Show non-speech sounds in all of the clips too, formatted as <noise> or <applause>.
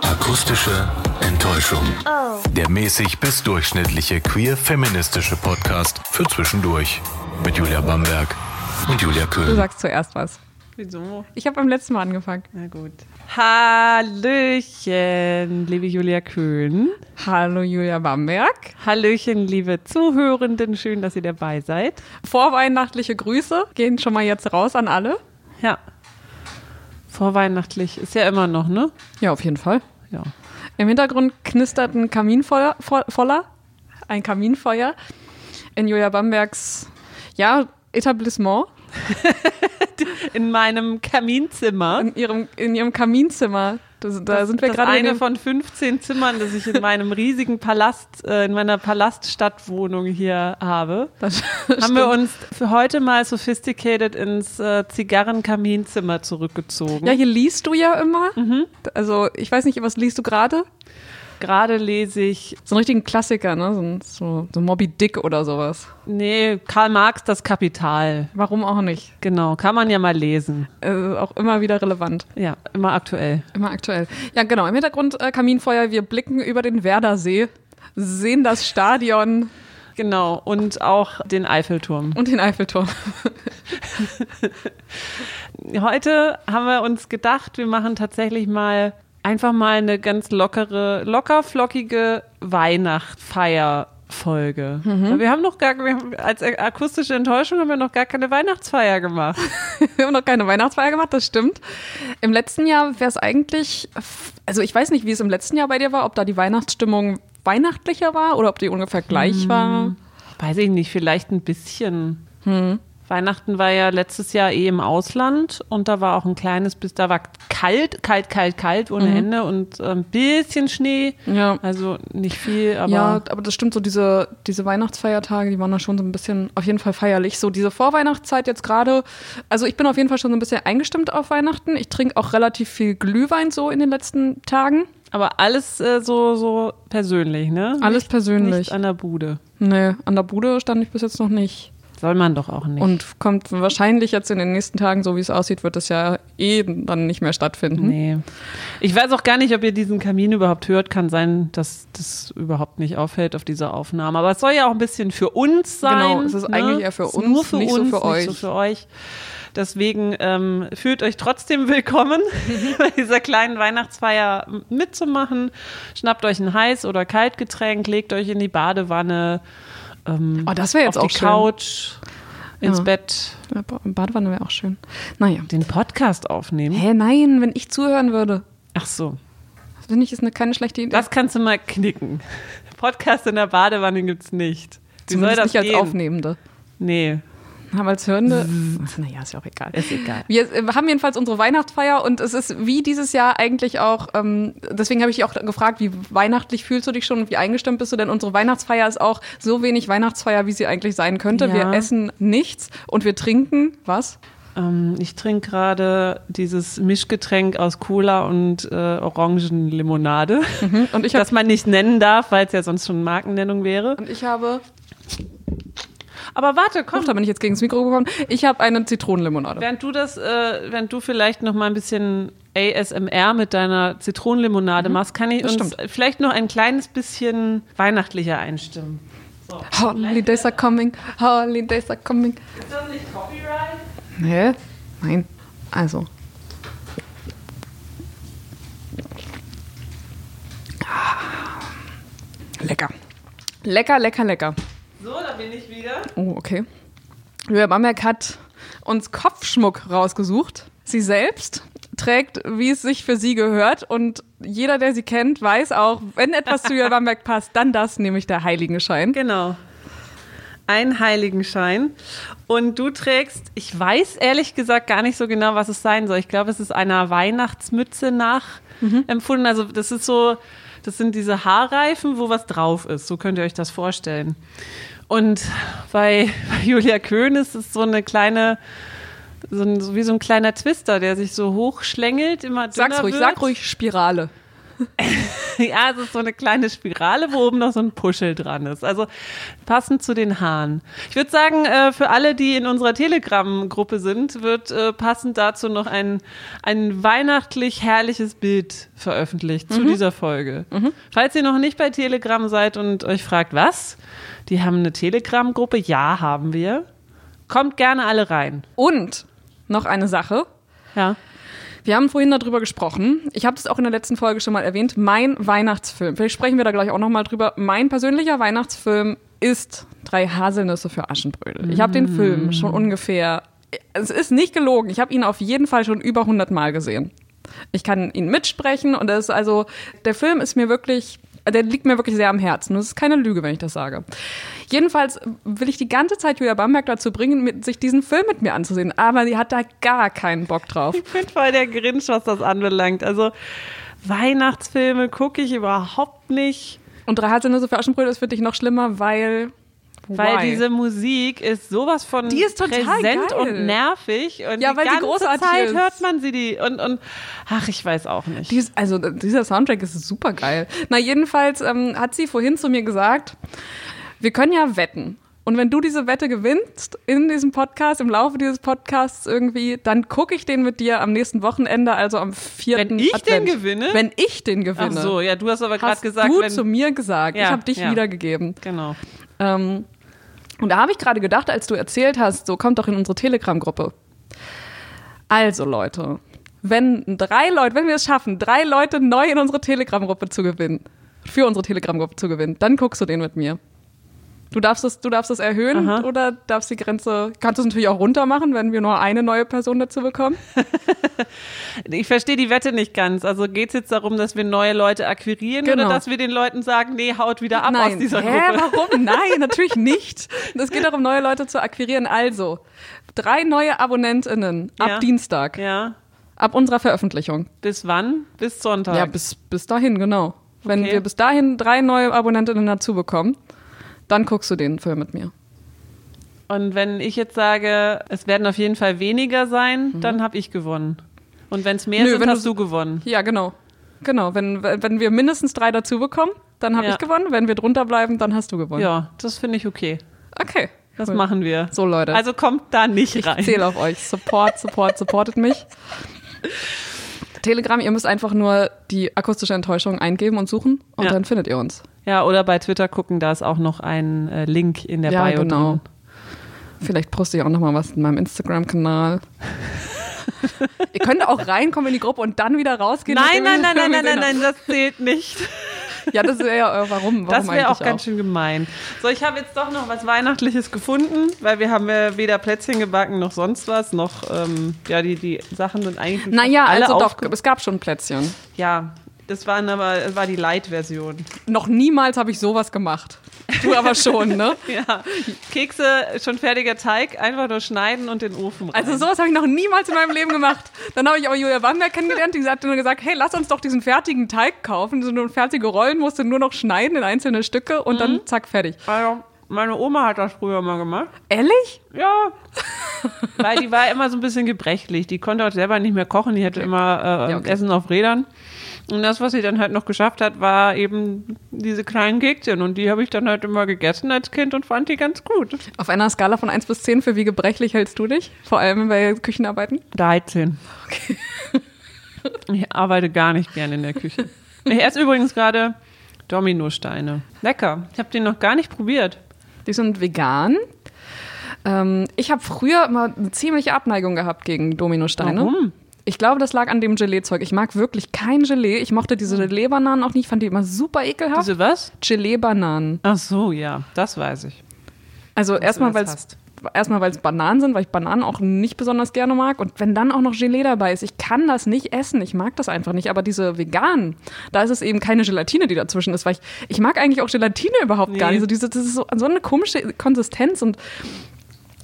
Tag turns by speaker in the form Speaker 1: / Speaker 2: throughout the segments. Speaker 1: Akustische Enttäuschung. Der mäßig bis durchschnittliche queer-feministische Podcast für zwischendurch. Mit Julia Bamberg und Julia
Speaker 2: Du
Speaker 1: Köhn.
Speaker 2: sagst zuerst was.
Speaker 3: Wieso?
Speaker 2: Ich habe beim letzten Mal angefangen.
Speaker 3: Na gut. Hallöchen, liebe Julia Köhn.
Speaker 2: Hallo Julia Bamberg.
Speaker 3: Hallöchen, liebe Zuhörenden. Schön, dass ihr dabei seid.
Speaker 2: Vorweihnachtliche Grüße gehen schon mal jetzt raus an alle.
Speaker 3: Ja. Vorweihnachtlich ist ja immer noch, ne?
Speaker 2: Ja, auf jeden Fall.
Speaker 3: Ja.
Speaker 2: Im Hintergrund knistert ein Kaminfeuer, vo- voller, ein Kaminfeuer in Julia Bambergs, ja, Etablissement,
Speaker 3: In meinem Kaminzimmer.
Speaker 2: in ihrem, in ihrem Kaminzimmer. Da, da sind wir
Speaker 3: das
Speaker 2: gerade in
Speaker 3: eine
Speaker 2: dem-
Speaker 3: von 15 Zimmern, das ich in meinem riesigen Palast, äh, in meiner Palaststadtwohnung hier habe.
Speaker 2: <laughs> Das <laughs>
Speaker 3: Haben wir uns für heute mal sophisticated ins äh, Zigarrenkaminzimmer zurückgezogen.
Speaker 2: ja, hier liest du ja immer.
Speaker 3: Mhm.
Speaker 2: Also, ich weiß nicht, was liest du gerade?
Speaker 3: Gerade lese ich
Speaker 2: So einen richtigen Klassiker, ne? So, ein- so, so Moby Dick oder sowas.
Speaker 3: Nee, Karl Marx, das Kapital.
Speaker 2: Warum auch nicht?
Speaker 3: Genau, kann man ja mal lesen.
Speaker 2: Äh, auch immer wieder relevant,
Speaker 3: Ja, immer aktuell.
Speaker 2: immer aktuell. Ja, genau. Im Hintergrund äh, Kaminfeuer. Wir blicken über den Werdersee, sehen das Stadion
Speaker 3: Genau, und auch den Eiffelturm.
Speaker 2: und den Eiffelturm. <laughs>
Speaker 3: Heute haben wir uns gedacht, wir machen tatsächlich mal einfach mal eine ganz lockere, locker flockige Weihnachtsfeierfolge. Wir haben noch gar, wir haben, als akustische Enttäuschung haben wir noch gar keine Weihnachtsfeier gemacht.
Speaker 2: Wir haben noch keine Weihnachtsfeier gemacht, das stimmt. Im letzten Jahr wäre es eigentlich, f- also ich weiß nicht, wie es im letzten Jahr bei dir war, ob da die Weihnachtsstimmung weihnachtlicher war oder ob die ungefähr gleich war.
Speaker 3: Weiß ich nicht, vielleicht ein bisschen.
Speaker 2: Hm.
Speaker 3: Weihnachten war ja letztes Jahr eh im Ausland und da war auch ein kleines bis da war kalt, kalt, kalt, kalt ohne
Speaker 2: Mhm.
Speaker 3: Ende und äh, ein bisschen Schnee.
Speaker 2: Ja.
Speaker 3: Also nicht viel, aber
Speaker 2: ja, aber das stimmt so, diese, diese Weihnachtsfeiertage, die waren da schon so ein bisschen auf jeden Fall feierlich. So diese Vorweihnachtszeit jetzt gerade, also ich bin auf jeden Fall schon so ein bisschen eingestimmt auf Weihnachten. Ich trinke auch relativ viel Glühwein so in den letzten Tagen.
Speaker 3: aber alles äh, so so persönlich, ne?
Speaker 2: Alles persönlich.
Speaker 3: Nicht an der Bude.
Speaker 2: Nee, an der Bude stand ich bis jetzt noch nicht.
Speaker 3: Soll man doch auch nicht.
Speaker 2: Und kommt wahrscheinlich jetzt in den nächsten Tagen, so wie es aussieht, wird es ja eh dann nicht mehr stattfinden.
Speaker 3: Nee. Ich weiß auch gar nicht, ob ihr diesen Kamin überhaupt hört. Kann sein, dass das überhaupt nicht auffällt auf dieser Aufnahme. Aber es soll ja auch ein bisschen für uns sein. ne?
Speaker 2: Genau, es ist eigentlich eher für
Speaker 3: Es ist
Speaker 2: uns,
Speaker 3: nur für
Speaker 2: nicht so
Speaker 3: uns,
Speaker 2: für
Speaker 3: nicht so
Speaker 2: euch.
Speaker 3: für euch. Deswegen ähm, fühlt euch
Speaker 2: <laughs>
Speaker 3: trotzdem willkommen, bei dieser kleinen Weihnachtsfeier mitzumachen. Schnappt euch ein heiß oder Kaltgetränk, legt euch in die Badewanne, ähm,
Speaker 2: Oh, das wäre jetzt
Speaker 3: auf
Speaker 2: auch
Speaker 3: die
Speaker 2: schön.
Speaker 3: Couch, ins
Speaker 2: Ja.
Speaker 3: Bett,
Speaker 2: Ja, Ba- Badewanne wäre auch schön. Naja.
Speaker 3: den Podcast aufnehmen.
Speaker 2: Hä, nein, wenn ich zuhören würde,
Speaker 3: Ach so.
Speaker 2: finde ich, ist eine keine schlechte Idee.
Speaker 3: Das kannst du mal knicken. Podcast in der Badewanne gibt's nicht. Wie soll
Speaker 2: Zumindest
Speaker 3: das
Speaker 2: nicht als
Speaker 3: gehen?
Speaker 2: Aufnehmende.
Speaker 3: Nee,
Speaker 2: Haben als Hörende. Naja, ist ja auch egal.
Speaker 3: ist egal.
Speaker 2: Wir äh, haben jedenfalls unsere Weihnachtsfeier und es ist wie dieses Jahr eigentlich auch, ähm, deswegen habe ich dich auch gefragt, wie weihnachtlich fühlst du dich schon und wie eingestimmt bist du, denn unsere Weihnachtsfeier ist auch so wenig Weihnachtsfeier, wie sie eigentlich sein könnte.
Speaker 3: Ja.
Speaker 2: Wir essen nichts und wir trinken was?
Speaker 3: Ähm, ich trinke gerade dieses Mischgetränk aus Cola und äh, Orangenlimonade, <laughs>
Speaker 2: Und Mhm. ich, hab,
Speaker 3: das man nicht nennen darf, weil es ja sonst schon Markennennung wäre.
Speaker 2: und ich habe,
Speaker 3: Aber warte,
Speaker 2: oh,
Speaker 3: komm.
Speaker 2: da bin ich jetzt gegen das Mikro gekommen, ich habe eine Zitronenlimonade.
Speaker 3: Während du das, äh, während du vielleicht noch mal ein bisschen ASMR mit deiner Zitronenlimonade machst, kann ich
Speaker 2: Mhm. das
Speaker 3: uns vielleicht noch ein kleines bisschen weihnachtlicher einstimmen.
Speaker 2: Holidays are coming, holidays are coming.
Speaker 3: Ist das nicht Copyright?
Speaker 2: Hä? Nein. Also. Lecker. Lecker, lecker, lecker.
Speaker 3: So, da bin ich wieder.
Speaker 2: Oh, okay. Julia Bamberg hat uns Kopfschmuck rausgesucht. Sie selbst trägt, wie es sich für sie gehört. Und jeder, der sie kennt, weiß auch, wenn etwas zu Julia Bamberg passt, dann das, nämlich der Heiligenschein.
Speaker 3: Genau. Ein Heiligenschein. Und du trägst, ich weiß ehrlich gesagt gar nicht so genau, was es sein soll. Ich glaube, es ist einer Weihnachtsmütze nachempfunden. Also, das ist so, das sind diese Haarreifen, wo was drauf ist. So könnt ihr euch das vorstellen. Und bei, bei Julia Köhn ist es so eine kleine, so, ein, so wie so ein kleiner Twister, der sich so hochschlängelt, immer dünner
Speaker 2: Sag's ruhig,
Speaker 3: wird.
Speaker 2: sag ruhig Spirale.
Speaker 3: <laughs> ja, es ist so eine kleine Spirale, wo oben noch so ein Puschel dran ist. Also passend zu den Haaren. Ich würde sagen, äh, für alle, die in unserer Telegram-Gruppe sind, wird äh, passend dazu noch ein, ein weihnachtlich herrliches Bild veröffentlicht zu dieser Folge. Falls ihr noch nicht bei Telegram seid und euch fragt, was? Die haben eine Telegram-Gruppe? Ja, haben wir. Kommt gerne alle rein.
Speaker 2: Und noch eine Sache.
Speaker 3: Ja.
Speaker 2: Wir haben vorhin darüber gesprochen. Ich habe es auch in der letzten Folge schon mal erwähnt. Mein Weihnachtsfilm. Vielleicht sprechen wir da gleich auch noch mal drüber. Mein persönlicher Weihnachtsfilm ist Drei Haselnüsse für Aschenbrödel. Ich habe den Film schon ungefähr. Es ist nicht gelogen. Ich habe ihn auf jeden Fall schon über 100 Mal gesehen. Ich kann ihn mitsprechen und das ist also der Film ist mir wirklich der liegt mir wirklich sehr am Herzen. Das ist keine Lüge, wenn ich das sage. Jedenfalls will ich die ganze Zeit Julia Bamberg dazu bringen, mit, sich diesen Film mit mir anzusehen. Aber sie hat da gar keinen Bock drauf.
Speaker 3: Ich bin voll der Grinch, was das anbelangt. Also Weihnachtsfilme gucke ich überhaupt nicht,
Speaker 2: Und drei Haselnüsse für Aschenbrödel ist für dich noch schlimmer, weil.
Speaker 3: weil
Speaker 2: Why?
Speaker 3: diese Musik ist sowas von
Speaker 2: Die ist total
Speaker 3: präsent
Speaker 2: geil.
Speaker 3: und nervig und
Speaker 2: Ja,
Speaker 3: die
Speaker 2: weil die
Speaker 3: ganze
Speaker 2: großartig
Speaker 3: Zeit
Speaker 2: ist.
Speaker 3: hört man sie die und und ach, ich weiß auch nicht.
Speaker 2: Dies, also äh, dieser Soundtrack ist super geil. Na jedenfalls ähm, hat sie vorhin zu mir gesagt, wir können ja wetten. Und wenn du diese Wette gewinnst in diesem Podcast, im Laufe dieses Podcasts irgendwie, dann gucke ich den mit dir am nächsten Wochenende, also am 4.
Speaker 3: Wenn ich
Speaker 2: Advent.
Speaker 3: den gewinne?
Speaker 2: Wenn ich den gewinne.
Speaker 3: ach so, ja, du hast aber gerade
Speaker 2: hast
Speaker 3: gesagt,
Speaker 2: du
Speaker 3: wenn
Speaker 2: zu mir gesagt.
Speaker 3: Ja,
Speaker 2: ich habe dich
Speaker 3: ja.
Speaker 2: wiedergegeben.
Speaker 3: genau.
Speaker 2: Ähm, und da habe ich gerade gedacht, als du erzählt hast, so kommt doch in unsere Telegram-Gruppe. Also Leute, wenn drei Leute, wenn wir es schaffen, drei Leute neu in unsere Telegram-Gruppe zu gewinnen, für unsere Telegram-Gruppe zu gewinnen, dann guckst du den mit mir. Du darfst es, du darfst es erhöhen
Speaker 3: Aha.
Speaker 2: oder darfst die Grenze, kannst du es natürlich auch runter machen, wenn wir nur eine neue Person dazu bekommen.
Speaker 3: Ich verstehe die Wette nicht ganz. Also geht's jetzt darum, dass wir neue Leute akquirieren
Speaker 2: Genau.
Speaker 3: oder dass wir den Leuten sagen, nee, haut wieder ab
Speaker 2: Nein.
Speaker 3: aus dieser
Speaker 2: Hä,
Speaker 3: Gruppe?
Speaker 2: warum? Nein, natürlich nicht. Es geht darum, neue Leute zu akquirieren. Also, drei neue AbonnentInnen
Speaker 3: Ja.
Speaker 2: ab Dienstag,
Speaker 3: Ja.
Speaker 2: ab unserer Veröffentlichung.
Speaker 3: Bis wann? Bis Sonntag.
Speaker 2: Ja, bis, bis dahin, genau. Wenn
Speaker 3: Okay.
Speaker 2: wir bis dahin drei neue AbonnentInnen dazu bekommen, dann guckst du den Film mit mir.
Speaker 3: Und wenn ich jetzt sage, es werden auf jeden Fall weniger sein, dann habe ich gewonnen. Und wenn es mehr
Speaker 2: Mhm. Nö,
Speaker 3: sind,
Speaker 2: wenn
Speaker 3: hast
Speaker 2: du-
Speaker 3: du gewonnen.
Speaker 2: Ja, genau. Genau, wenn, wenn wir mindestens drei dazu bekommen, dann habe
Speaker 3: Ja.
Speaker 2: ich gewonnen. Wenn wir drunter bleiben, dann hast du gewonnen.
Speaker 3: Ja, das finde ich okay.
Speaker 2: Okay.
Speaker 3: Das
Speaker 2: cool.
Speaker 3: machen wir.
Speaker 2: So, Leute.
Speaker 3: Also kommt da nicht
Speaker 2: Ich
Speaker 3: rein.
Speaker 2: zähle auf euch. Support, Support, supportet
Speaker 3: <laughs>
Speaker 2: mich. Telegram, ihr müsst einfach nur die akustische Enttäuschung eingeben und suchen und
Speaker 3: Ja.
Speaker 2: dann findet ihr uns.
Speaker 3: Ja, oder bei Twitter gucken, da ist auch noch ein äh, Link in der
Speaker 2: ja,
Speaker 3: Bio.
Speaker 2: genau.
Speaker 3: drin.
Speaker 2: Vielleicht poste ich auch nochmal was in meinem
Speaker 3: <laughs>
Speaker 2: Instagram-Kanal. ihr könnt auch reinkommen in die Gruppe und dann wieder rausgehen.
Speaker 3: Nein,
Speaker 2: nachdem ihr den
Speaker 3: nein, nein, nein,
Speaker 2: Film
Speaker 3: nein, nein,
Speaker 2: gesehen
Speaker 3: nein, das
Speaker 2: <laughs>
Speaker 3: zählt nicht.
Speaker 2: habt. Ja, das wäre ja, äh, Genau. warum? warum
Speaker 3: Das wäre auch
Speaker 2: eigentlich
Speaker 3: ganz schön gemein. So, ich habe jetzt doch noch was Weihnachtliches gefunden, weil wir haben äh, weder Plätzchen gebacken noch sonst was, noch, ähm, ja, die, die Sachen sind eigentlich
Speaker 2: Naja,
Speaker 3: alle
Speaker 2: also doch,
Speaker 3: aufge-
Speaker 2: es gab schon Plätzchen.
Speaker 3: Ja, das waren aber, war die Light-Version. <laughs>
Speaker 2: Noch niemals habe ich sowas gemacht. Du aber schon,
Speaker 3: <laughs>
Speaker 2: ne?
Speaker 3: Ja, Kekse, schon fertiger Teig, einfach nur schneiden und in den Ofen rein.
Speaker 2: Also sowas habe ich noch niemals in meinem Leben gemacht. Dann habe ich auch Julia Bamberg kennengelernt, die hat dann gesagt, hey, lass uns doch diesen fertigen Teig kaufen. So nur fertige Rollen musst du nur noch schneiden in einzelne Stücke und
Speaker 3: Mhm.
Speaker 2: dann zack, fertig.
Speaker 3: Also, meine Oma hat das früher mal gemacht.
Speaker 2: Ehrlich?
Speaker 3: Ja. Weil die war immer so ein bisschen gebrechlich. Die konnte auch selber nicht mehr kochen. Die hatte immer äh,
Speaker 2: Ja, okay.
Speaker 3: Essen auf Rädern. Und das, was sie dann halt noch geschafft hat, war eben diese kleinen Kekchen. Und die habe ich dann halt immer gegessen als Kind und fand die ganz gut.
Speaker 2: Auf einer Skala von 1 bis 10, für wie gebrechlich hältst du dich? Vor allem bei Küchenarbeiten?
Speaker 3: 13. Ich arbeite gar nicht gerne in der Küche. Ich esse übrigens gerade Dominosteine. Lecker. Ich habe den noch gar nicht probiert.
Speaker 2: Die sind vegan. Ähm, ich habe früher immer eine ziemliche Abneigung gehabt gegen Dominosteine.
Speaker 3: Warum?
Speaker 2: Ich glaube, das lag an dem Gelee-Zeug. Ich mag wirklich kein Gelee. Ich mochte diese Gelee-Bananen auch nicht. Ich fand die immer super ekelhaft.
Speaker 3: Diese was?
Speaker 2: Gelee-Bananen.
Speaker 3: Ach so, ja, das weiß ich.
Speaker 2: Also erstmal,
Speaker 3: du
Speaker 2: weil
Speaker 3: das
Speaker 2: es erstmal, weil es Bananen sind, weil ich Bananen auch nicht besonders gerne mag. Und wenn dann auch noch Gelee dabei ist, ich kann das nicht essen. Ich mag das einfach nicht. Aber diese veganen, da ist es eben keine Gelatine, die dazwischen ist, weil ich, ich mag eigentlich auch Gelatine überhaupt gar nicht.
Speaker 3: Nee.
Speaker 2: So diese, das ist so, so eine komische Konsistenz und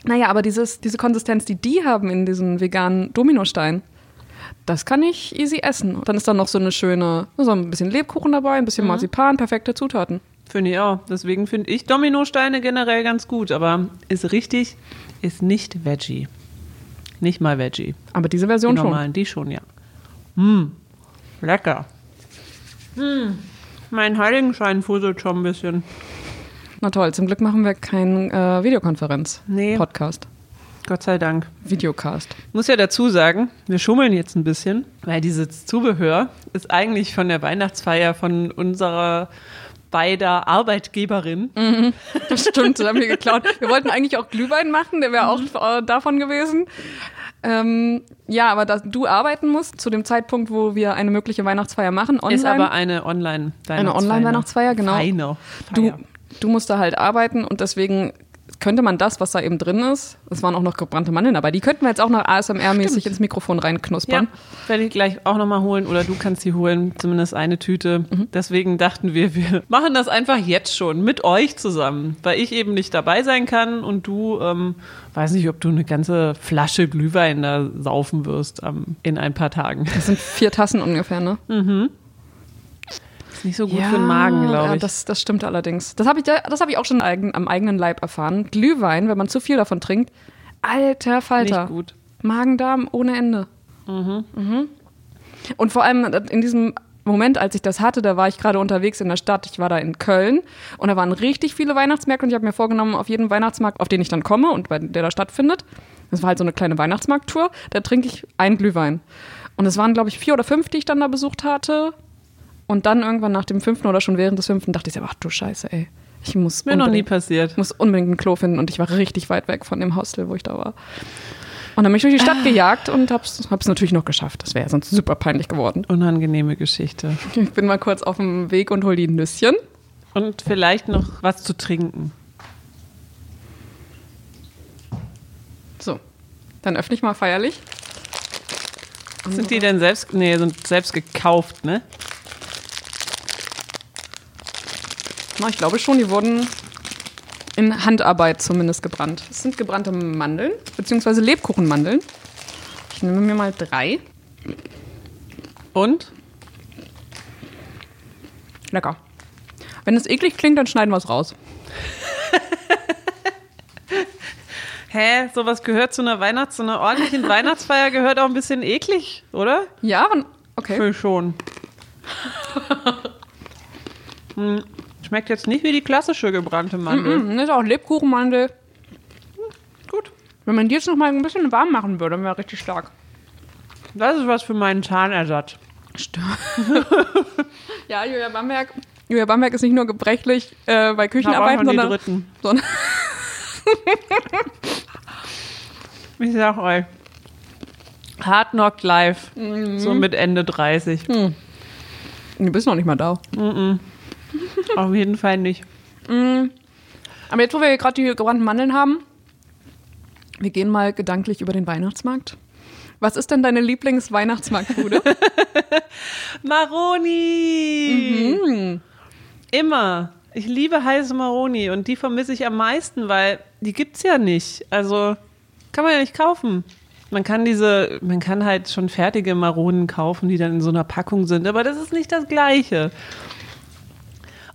Speaker 2: naja, aber dieses, diese Konsistenz, die die haben in diesem veganen Dominostein, das kann ich easy essen. Dann ist da noch so eine schöne, so ein bisschen Lebkuchen dabei, ein
Speaker 3: Mhm.
Speaker 2: bisschen Marzipan, perfekte Zutaten.
Speaker 3: Finde ich auch. Deswegen finde ich Dominosteine generell ganz gut. Aber ist richtig, ist nicht Veggie. Nicht mal Veggie.
Speaker 2: Aber diese
Speaker 3: Die Mmh,
Speaker 2: Version schon. Mmh.
Speaker 3: normalen, die schon, ja. Mm, lecker. Mein Heiligenschein fuselt schon ein bisschen.
Speaker 2: Na toll, zum Glück machen wir keinen äh, Videokonferenz.
Speaker 3: Nee.
Speaker 2: Podcast.
Speaker 3: Gott sei Dank.
Speaker 2: Videocast.
Speaker 3: Muss ja dazu sagen, wir schummeln jetzt ein bisschen, weil dieses Zubehör ist eigentlich von der Weihnachtsfeier von unserer beider Arbeitgeberin.
Speaker 2: Mhm. Das stimmt, das haben wir geklaut. Wir wollten eigentlich auch Glühwein machen, der wäre auch äh, davon gewesen. Ähm, ja, aber dass du arbeiten musst zu dem Zeitpunkt, wo wir eine mögliche Weihnachtsfeier machen, online.
Speaker 3: Ist aber eine online
Speaker 2: Eine Online-Weihnachtsfeier, genau.
Speaker 3: Feiner.
Speaker 2: du, du musst da halt arbeiten und deswegen könnte man das, was da eben drin ist, es waren auch noch gebrannte Mandeln, aber die könnten wir jetzt auch noch ASMR-mäßig ins Mikrofon
Speaker 3: Ja,
Speaker 2: reinknuspern.
Speaker 3: werde ich gleich auch nochmal holen oder du kannst sie holen, zumindest eine Tüte. Deswegen dachten wir, wir <laughs> machen das einfach jetzt schon mit euch zusammen, weil ich eben nicht dabei sein kann und du, ähm, weiß nicht, ob du eine ganze Flasche Glühwein da saufen wirst ähm, in ein paar Tagen.
Speaker 2: Das sind vier Tassen ungefähr, ne?
Speaker 3: Ist nicht so gut für den Magen, glaube
Speaker 2: Ja,
Speaker 3: ich.
Speaker 2: das, das stimmt allerdings. Das habe ich, da- das hab ich auch schon eigen, am eigenen Leib erfahren. Glühwein, wenn man zu viel davon trinkt, alter Falter.
Speaker 3: Nicht gut.
Speaker 2: Magen-Darm ohne Ende. Mhm. Und vor allem äh, in diesem Moment, als ich das hatte, da war ich gerade unterwegs in der Stadt. Ich war da in Köln und da waren richtig viele Weihnachtsmärkte und ich habe mir vorgenommen, auf jeden Weihnachtsmarkt, auf den ich dann komme und bei der da stattfindet, das war halt so eine kleine Weihnachtsmarkttour, da trinke ich einen Glühwein. Und es waren, glaube ich, vier oder fünf, die ich dann da besucht hatte. Und dann irgendwann nach dem fünften oder schon während des fünften dachte ich selber, ach du Scheiße, ey. Ich muss
Speaker 3: Mir noch nie
Speaker 2: unbedingt-
Speaker 3: passiert.
Speaker 2: ich muss unbedingt ein Klo finden und ich war richtig weit weg von dem Hostel, wo ich da war. Und dann bin ich durch die Stadt gejagt und hab's, hab's natürlich noch geschafft. Das wäre ja sonst super peinlich geworden. <laughs>
Speaker 3: Unangenehme Geschichte.
Speaker 2: Ich bin mal kurz auf dem Weg und hol die Nüsschen.
Speaker 3: Und vielleicht noch was zu trinken.
Speaker 2: So, dann öffne ich mal feierlich.
Speaker 3: Sind die denn selbst, nee, sind selbst gekauft, ne?
Speaker 2: Na, ich glaube schon, die wurden in Handarbeit zumindest gebrannt. Es sind gebrannte Mandeln, beziehungsweise Lebkuchenmandeln. Ich nehme mir mal drei.
Speaker 3: Und?
Speaker 2: Lecker. Wenn es eklig klingt, dann schneiden wir es raus.
Speaker 3: Hä, sowas gehört zu einer Weihnachts-, zu einer ordentlichen Weihnachtsfeier gehört auch ein bisschen eklig, oder?
Speaker 2: Ja, und- okay.
Speaker 3: Fühl schon. Hm, Schmeckt jetzt nicht wie die klassische gebrannte Mandel.
Speaker 2: Mhm, ist auch Lebkuchenmandel.
Speaker 3: Gut.
Speaker 2: Wenn man die jetzt noch mal ein bisschen warm machen würde, wäre richtig stark.
Speaker 3: Das ist was für meinen Zahnersatz.
Speaker 2: <laughs> Ja, Julia Bamberg. Julia Bamberg ist nicht nur gebrechlich äh, bei Küchenarbeiten,
Speaker 3: Na,
Speaker 2: sondern,
Speaker 3: aber auch schon die
Speaker 2: sondern <laughs>
Speaker 3: Ich sag euch. Hard Knock Live. So mit Ende 30.
Speaker 2: du bist noch nicht mal da.
Speaker 3: Auf jeden Fall nicht.
Speaker 2: Aber jetzt, wo wir hier gerade die gebrannten Mandeln haben, wir gehen mal gedanklich über den Weihnachtsmarkt. Was ist denn deine
Speaker 3: <laughs>
Speaker 2: Lieblings-Weihnachtsmarktbude?
Speaker 3: Maroni! Immer. Ich liebe heiße Maroni und die vermisse ich am meisten, weil die gibt's ja nicht. Also kann man ja nicht kaufen. Man kann diese, man kann halt schon fertige Maronen kaufen, die dann in so einer Packung sind, aber das ist nicht das Gleiche.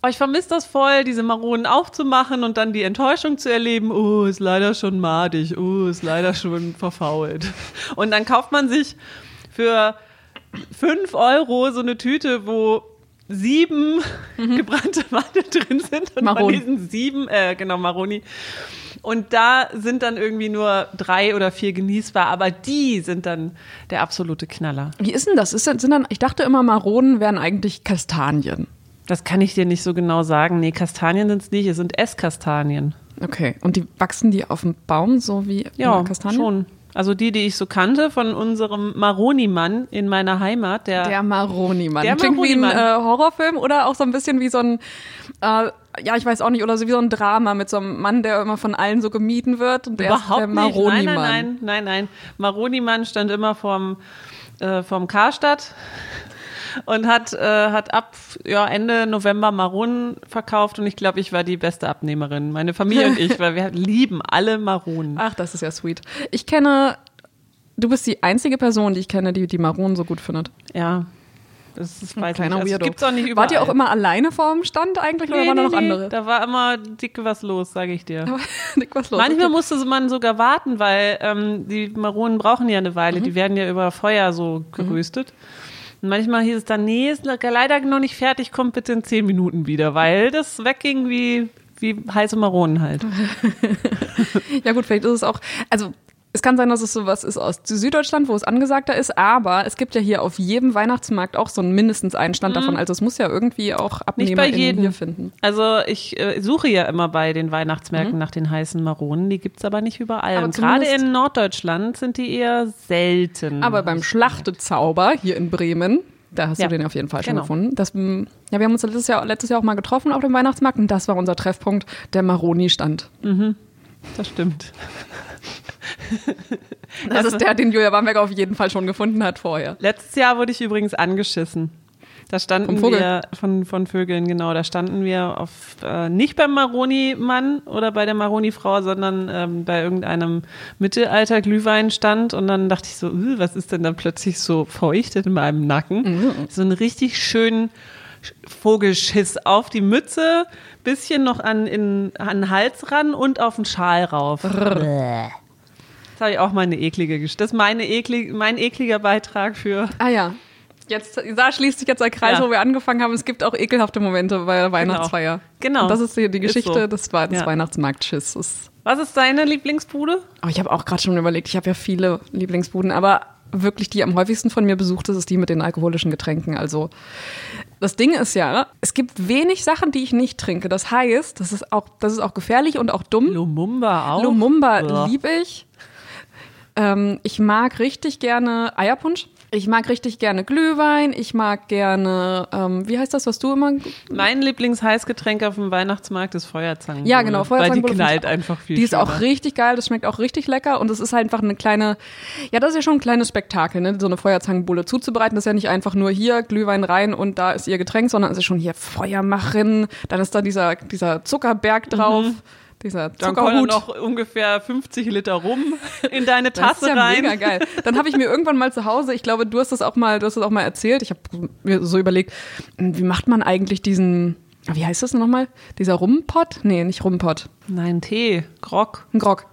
Speaker 3: Oh, ich vermisse das voll, diese Maronen aufzumachen und dann die Enttäuschung zu erleben. Oh, ist leider schon madig. Oh, ist leider schon verfault. Und dann kauft man sich für 5 Euro so eine Tüte, wo sieben gebrannte Mandeln drin sind und
Speaker 2: Maronen.
Speaker 3: von diesen sieben, äh, genau, Maroni. Und da sind dann irgendwie nur drei oder vier genießbar, aber die sind dann der absolute Knaller.
Speaker 2: Wie ist denn das? Ist, denn- sind dann, ich dachte immer, Maronen wären eigentlich Kastanien.
Speaker 3: Das kann ich dir nicht so genau sagen. Nee, Kastanien sind es nicht, es sind Esskastanien.
Speaker 2: Okay. Und die wachsen die auf dem Baum, so wie
Speaker 3: Ja,
Speaker 2: immer Kastanien?
Speaker 3: schon. Also die, die ich so kannte von unserem Maroni-Mann in meiner Heimat, der,
Speaker 2: Der Maroni-Mann.
Speaker 3: Der
Speaker 2: Klingt wie ein äh,
Speaker 3: Maroni-Mann.
Speaker 2: Horrorfilm oder auch so ein bisschen wie so ein, äh, ja, ich weiß auch nicht, oder so wie so ein Drama mit so einem Mann, der immer von allen so gemieden wird. Und der ist der
Speaker 3: überhaupt nicht. Nein, nein,
Speaker 2: Maroni-Mann.
Speaker 3: nein, nein, nein. Maroni-Mann stand immer vorm, äh, vorm Karstadt <laughs> und hat, äh, hat ab ja, Ende November Maronen verkauft und ich glaube, ich war die beste Abnehmerin, meine Familie
Speaker 2: <laughs>
Speaker 3: und ich, weil wir lieben alle Maronen.
Speaker 2: Ach, das ist ja sweet. Ich kenne, du bist die einzige Person, die ich kenne, die die Maronen so gut findet.
Speaker 3: Ja. Das ist weiß
Speaker 2: Kleiner
Speaker 3: nicht. Also,
Speaker 2: Weirdo.
Speaker 3: gibt's auch nicht überall.
Speaker 2: Wart ihr auch immer alleine vorm Stand eigentlich oder
Speaker 3: Nee,
Speaker 2: waren da
Speaker 3: nee,
Speaker 2: noch
Speaker 3: nee.
Speaker 2: andere?
Speaker 3: Da war immer dick was los, sage ich dir.
Speaker 2: <laughs> Nick, was los? <laughs>
Speaker 3: Manchmal musste man sogar warten,
Speaker 2: Mhm.
Speaker 3: weil ähm, die Maronen brauchen ja eine Weile. Die werden ja über Feuer so geröstet. Und manchmal hieß es dann, nee, ist leider noch nicht fertig, kommt bitte in zehn Minuten wieder, weil das wegging wie, wie heiße Maronen halt.
Speaker 2: Ja gut, vielleicht ist es auch, also es kann sein, dass es sowas ist aus Süddeutschland, wo es angesagter ist, aber es gibt ja hier auf jedem Weihnachtsmarkt auch so einen mindestens einen Stand davon. Also es muss ja irgendwie auch
Speaker 3: Mhm. Nicht
Speaker 2: Abnehmer
Speaker 3: bei jedem.
Speaker 2: hier finden. Mhm.
Speaker 3: Also ich äh, suche ja immer bei den Weihnachtsmärkten nach den heißen Maronen, die gibt es aber nicht überall.
Speaker 2: Aber
Speaker 3: Und Gerade
Speaker 2: zumindest-
Speaker 3: in Norddeutschland sind die eher selten.
Speaker 2: Aber beim Schlachtezauber hier in Bremen, da hast
Speaker 3: Mhm. Ja,
Speaker 2: du den auf jeden Fall schon
Speaker 3: genau.
Speaker 2: gefunden. Das, mm, ja, wir haben uns letztes Jahr, letztes Jahr auch mal getroffen auf dem Weihnachtsmarkt und das war unser Treffpunkt, der Maroni-Stand.
Speaker 3: Das stimmt.
Speaker 2: Das ist Also der, den Julia Bamberg auf jeden Fall schon gefunden hat vorher.
Speaker 3: Letztes Jahr wurde ich übrigens angeschissen. Da standen
Speaker 2: Vom Vogel?
Speaker 3: wir von, von Vögeln, genau. Da standen wir auf äh, nicht beim Maroni-Mann oder bei der Maroni-Frau, sondern ähm, bei irgendeinem Mittelalter-Glühweinstand. Und dann dachte ich so, "Äh, was ist denn da plötzlich so feucht in meinem Nacken?
Speaker 2: Mhm.
Speaker 3: So einen richtig schönen Sch- Vogelschiss auf die Mütze, bisschen noch an, in, an den Hals ran und auf den Schal rauf. Das habe ich auch mal eine eklige Geschichte. Das ist meine eklig, mein ekliger Beitrag für
Speaker 2: Ah ja. Jetzt, da schließt sich jetzt der Kreis,
Speaker 3: Ja.
Speaker 2: wo wir angefangen haben. Es gibt auch ekelhafte Momente bei der Weihnachtsfeier.
Speaker 3: Genau.
Speaker 2: Und das ist hier die
Speaker 3: Ist
Speaker 2: Geschichte,
Speaker 3: so.
Speaker 2: das war das
Speaker 3: Ja.
Speaker 2: Weihnachtsmarktschiss. Das-
Speaker 3: Was ist deine Lieblingsbude?
Speaker 2: Oh, ich habe auch gerade schon überlegt, ich habe ja viele Lieblingsbuden, aber wirklich die am häufigsten von mir besucht ist, ist die mit den alkoholischen Getränken. Also das Ding ist ja, es gibt wenig Sachen, die ich nicht trinke. Das heißt, das ist auch, das ist auch gefährlich und auch dumm.
Speaker 3: Lumumba auch.
Speaker 2: Lumumba
Speaker 3: Boah.
Speaker 2: liebe ich. Ähm, ich mag richtig gerne Eierpunsch. Ich mag richtig gerne Glühwein. Ich mag gerne, ähm, wie heißt das, was du immer?
Speaker 3: Mein Lieblingsheißgetränk auf dem Weihnachtsmarkt ist Feuerzangenbowle.
Speaker 2: Ja, genau,
Speaker 3: Weil
Speaker 2: Feuerzangenbowle
Speaker 3: die
Speaker 2: finde ich
Speaker 3: knallt
Speaker 2: auch-
Speaker 3: einfach viel
Speaker 2: Die ist auch
Speaker 3: schöner.
Speaker 2: richtig geil, das schmeckt auch richtig lecker und es ist halt einfach eine kleine, ja, das ist ja schon ein kleines Spektakel, ne? so eine Feuerzangenbowle zuzubereiten. Das ist ja nicht einfach nur hier Glühwein rein und da ist ihr Getränk, sondern es ist schon hier Feuermacherin, dann ist da dieser, dieser Zuckerberg drauf,
Speaker 3: Mhm.
Speaker 2: dieser
Speaker 3: Dann
Speaker 2: Zuckerhut.
Speaker 3: kommen noch ungefähr 50
Speaker 2: <laughs>
Speaker 3: Liter rum in deine
Speaker 2: Das
Speaker 3: Tasse
Speaker 2: ist ja
Speaker 3: rein.
Speaker 2: mega geil. Dann habe ich mir irgendwann mal zu Hause, ich glaube, du hast das auch mal, du hast das auch mal erzählt. Ich habe mir so überlegt, wie macht man eigentlich diesen, wie heißt das nochmal? Dieser Rumpott? Nee, nicht Rumpott.
Speaker 3: Nein, Tee, Grog,
Speaker 2: Ein Grog.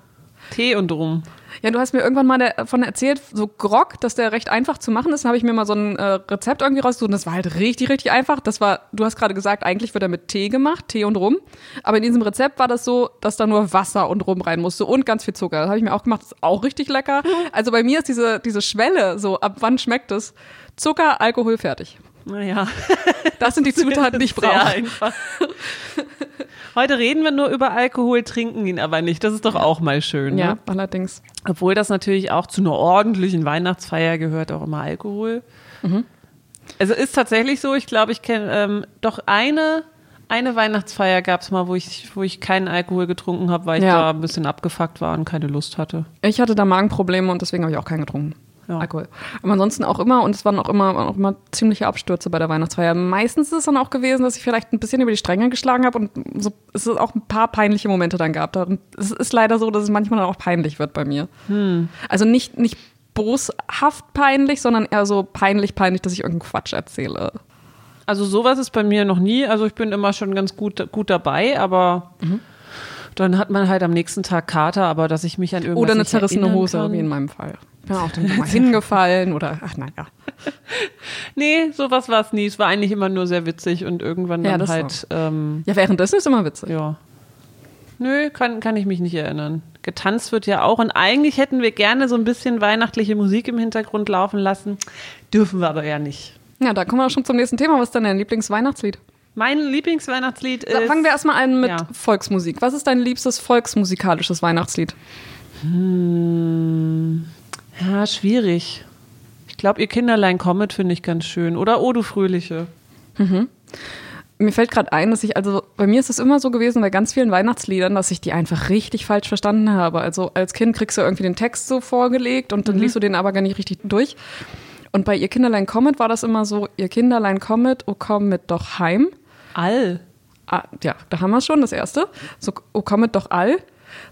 Speaker 3: Tee und rum.
Speaker 2: Ja, du hast mir irgendwann mal davon erzählt, so Grog, dass der recht einfach zu machen ist. Dann habe ich mir mal so ein äh, Rezept irgendwie rausgesucht und das war halt richtig, richtig einfach. Das war, du hast gerade gesagt, eigentlich wird er mit Tee gemacht, Tee und Rum. Aber in diesem Rezept war das so, dass da nur Wasser und Rum rein musste und ganz viel Zucker. Das habe ich mir auch gemacht, das ist auch richtig lecker. Also bei mir ist diese, diese Schwelle so, ab wann schmeckt es? Zucker, Alkohol, fertig.
Speaker 3: Naja.
Speaker 2: Das
Speaker 3: <laughs>
Speaker 2: halt sind die Zutaten, die ich
Speaker 3: Sehr
Speaker 2: brauche.
Speaker 3: einfach. Heute reden wir nur über Alkohol, trinken ihn aber nicht. Das ist doch auch mal schön.
Speaker 2: Ja,
Speaker 3: Ne?
Speaker 2: allerdings.
Speaker 3: Obwohl das natürlich auch zu einer ordentlichen Weihnachtsfeier gehört, auch immer Alkohol.
Speaker 2: Mhm.
Speaker 3: Also ist tatsächlich so, ich glaube, ich kenne ähm, doch eine, eine Weihnachtsfeier gab es mal, wo ich, wo ich keinen Alkohol getrunken habe, weil ich
Speaker 2: Ja.
Speaker 3: da ein bisschen abgefuckt war und keine Lust hatte.
Speaker 2: Ich hatte da Magenprobleme und deswegen habe ich auch keinen getrunken.
Speaker 3: Ja.
Speaker 2: Alkohol. Aber ansonsten auch immer, und es waren auch immer, waren auch immer ziemliche Abstürze bei der Weihnachtsfeier. Meistens ist es dann auch gewesen, dass ich vielleicht ein bisschen über die Stränge geschlagen habe und so, es ist auch ein paar peinliche Momente dann gab. Da- Es ist leider so, dass es manchmal dann auch peinlich wird bei mir.
Speaker 3: Hm.
Speaker 2: Also nicht, nicht boshaft peinlich, sondern eher so peinlich, peinlich, dass ich irgendeinen Quatsch erzähle.
Speaker 3: Also sowas ist bei mir noch nie. Also ich bin immer schon ganz gut, gut dabei, aber
Speaker 2: Mhm.
Speaker 3: dann hat man halt am nächsten Tag Kater, aber dass ich mich an irgendwas
Speaker 2: Oder eine
Speaker 3: nicht
Speaker 2: zerrissene
Speaker 3: erinnern
Speaker 2: Hose,
Speaker 3: kann.
Speaker 2: wie in meinem Fall. Ich bin
Speaker 3: <laughs>
Speaker 2: auch dann mal hingefallen oder, ach naja.
Speaker 3: Nee, sowas war es nie. Es war eigentlich immer nur sehr witzig und irgendwann
Speaker 2: Ja,
Speaker 3: dann
Speaker 2: das
Speaker 3: halt ähm,
Speaker 2: Ja, währenddessen ist immer witzig.
Speaker 3: Ja. Nö, kann, kann ich mich nicht erinnern. Getanzt wird ja auch. Und eigentlich hätten wir gerne so ein bisschen weihnachtliche Musik im Hintergrund laufen lassen. Dürfen wir aber ja nicht.
Speaker 2: Ja, da kommen wir auch schon zum nächsten Thema. Was ist denn dein Lieblingsweihnachtslied?
Speaker 3: Mein Lieblingsweihnachtslied
Speaker 2: Sa-
Speaker 3: ist.
Speaker 2: Fangen wir erstmal an mit
Speaker 3: Ja.
Speaker 2: Volksmusik. Was ist dein liebstes volksmusikalisches Weihnachtslied?
Speaker 3: ja, schwierig. Ich glaube, ihr Kinderlein kommet finde ich ganz schön. Oder O du Fröhliche.
Speaker 2: Mir fällt gerade ein, dass ich, also bei mir ist es immer so gewesen bei ganz vielen Weihnachtsliedern, dass ich die einfach richtig falsch verstanden habe. Also als Kind kriegst du irgendwie den Text so vorgelegt und dann
Speaker 3: Mhm.
Speaker 2: liest du den aber gar nicht richtig durch. Und bei Ihr Kinderlein kommet war das immer so, Ihr Kinderlein kommet, o kommet doch heim.
Speaker 3: All.
Speaker 2: Ah, ja, da haben wir schon, das erste. So, o kommet doch all.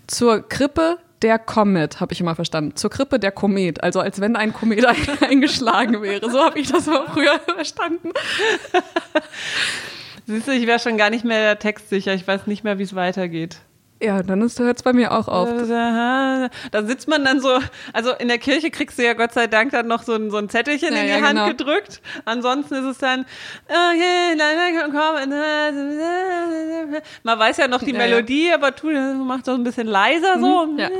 Speaker 2: Zur Krippe der Comet, habe ich immer verstanden. Zur Krippe der Komet. Also als wenn ein Komet <laughs> ein- eingeschlagen wäre. So habe ich das immer früher <laughs> verstanden.
Speaker 3: Siehst du, ich wäre schon gar nicht mehr textsicher. Ich weiß nicht mehr, wie es weitergeht.
Speaker 2: Ja, dann hört es bei mir auch
Speaker 3: Äh.
Speaker 2: auf.
Speaker 3: Da sitzt man dann so, also in der Kirche kriegst du ja Gott sei Dank dann noch so ein, so ein Zettelchen
Speaker 2: Ja,
Speaker 3: in die
Speaker 2: ja,
Speaker 3: Hand
Speaker 2: genau.
Speaker 3: gedrückt. Ansonsten ist es dann, "Oh, okay, nein, nein, komm. uh, Man weiß ja noch die
Speaker 2: Ja, ja.
Speaker 3: Melodie, aber tu, mach doch ein bisschen leiser so.
Speaker 2: ja.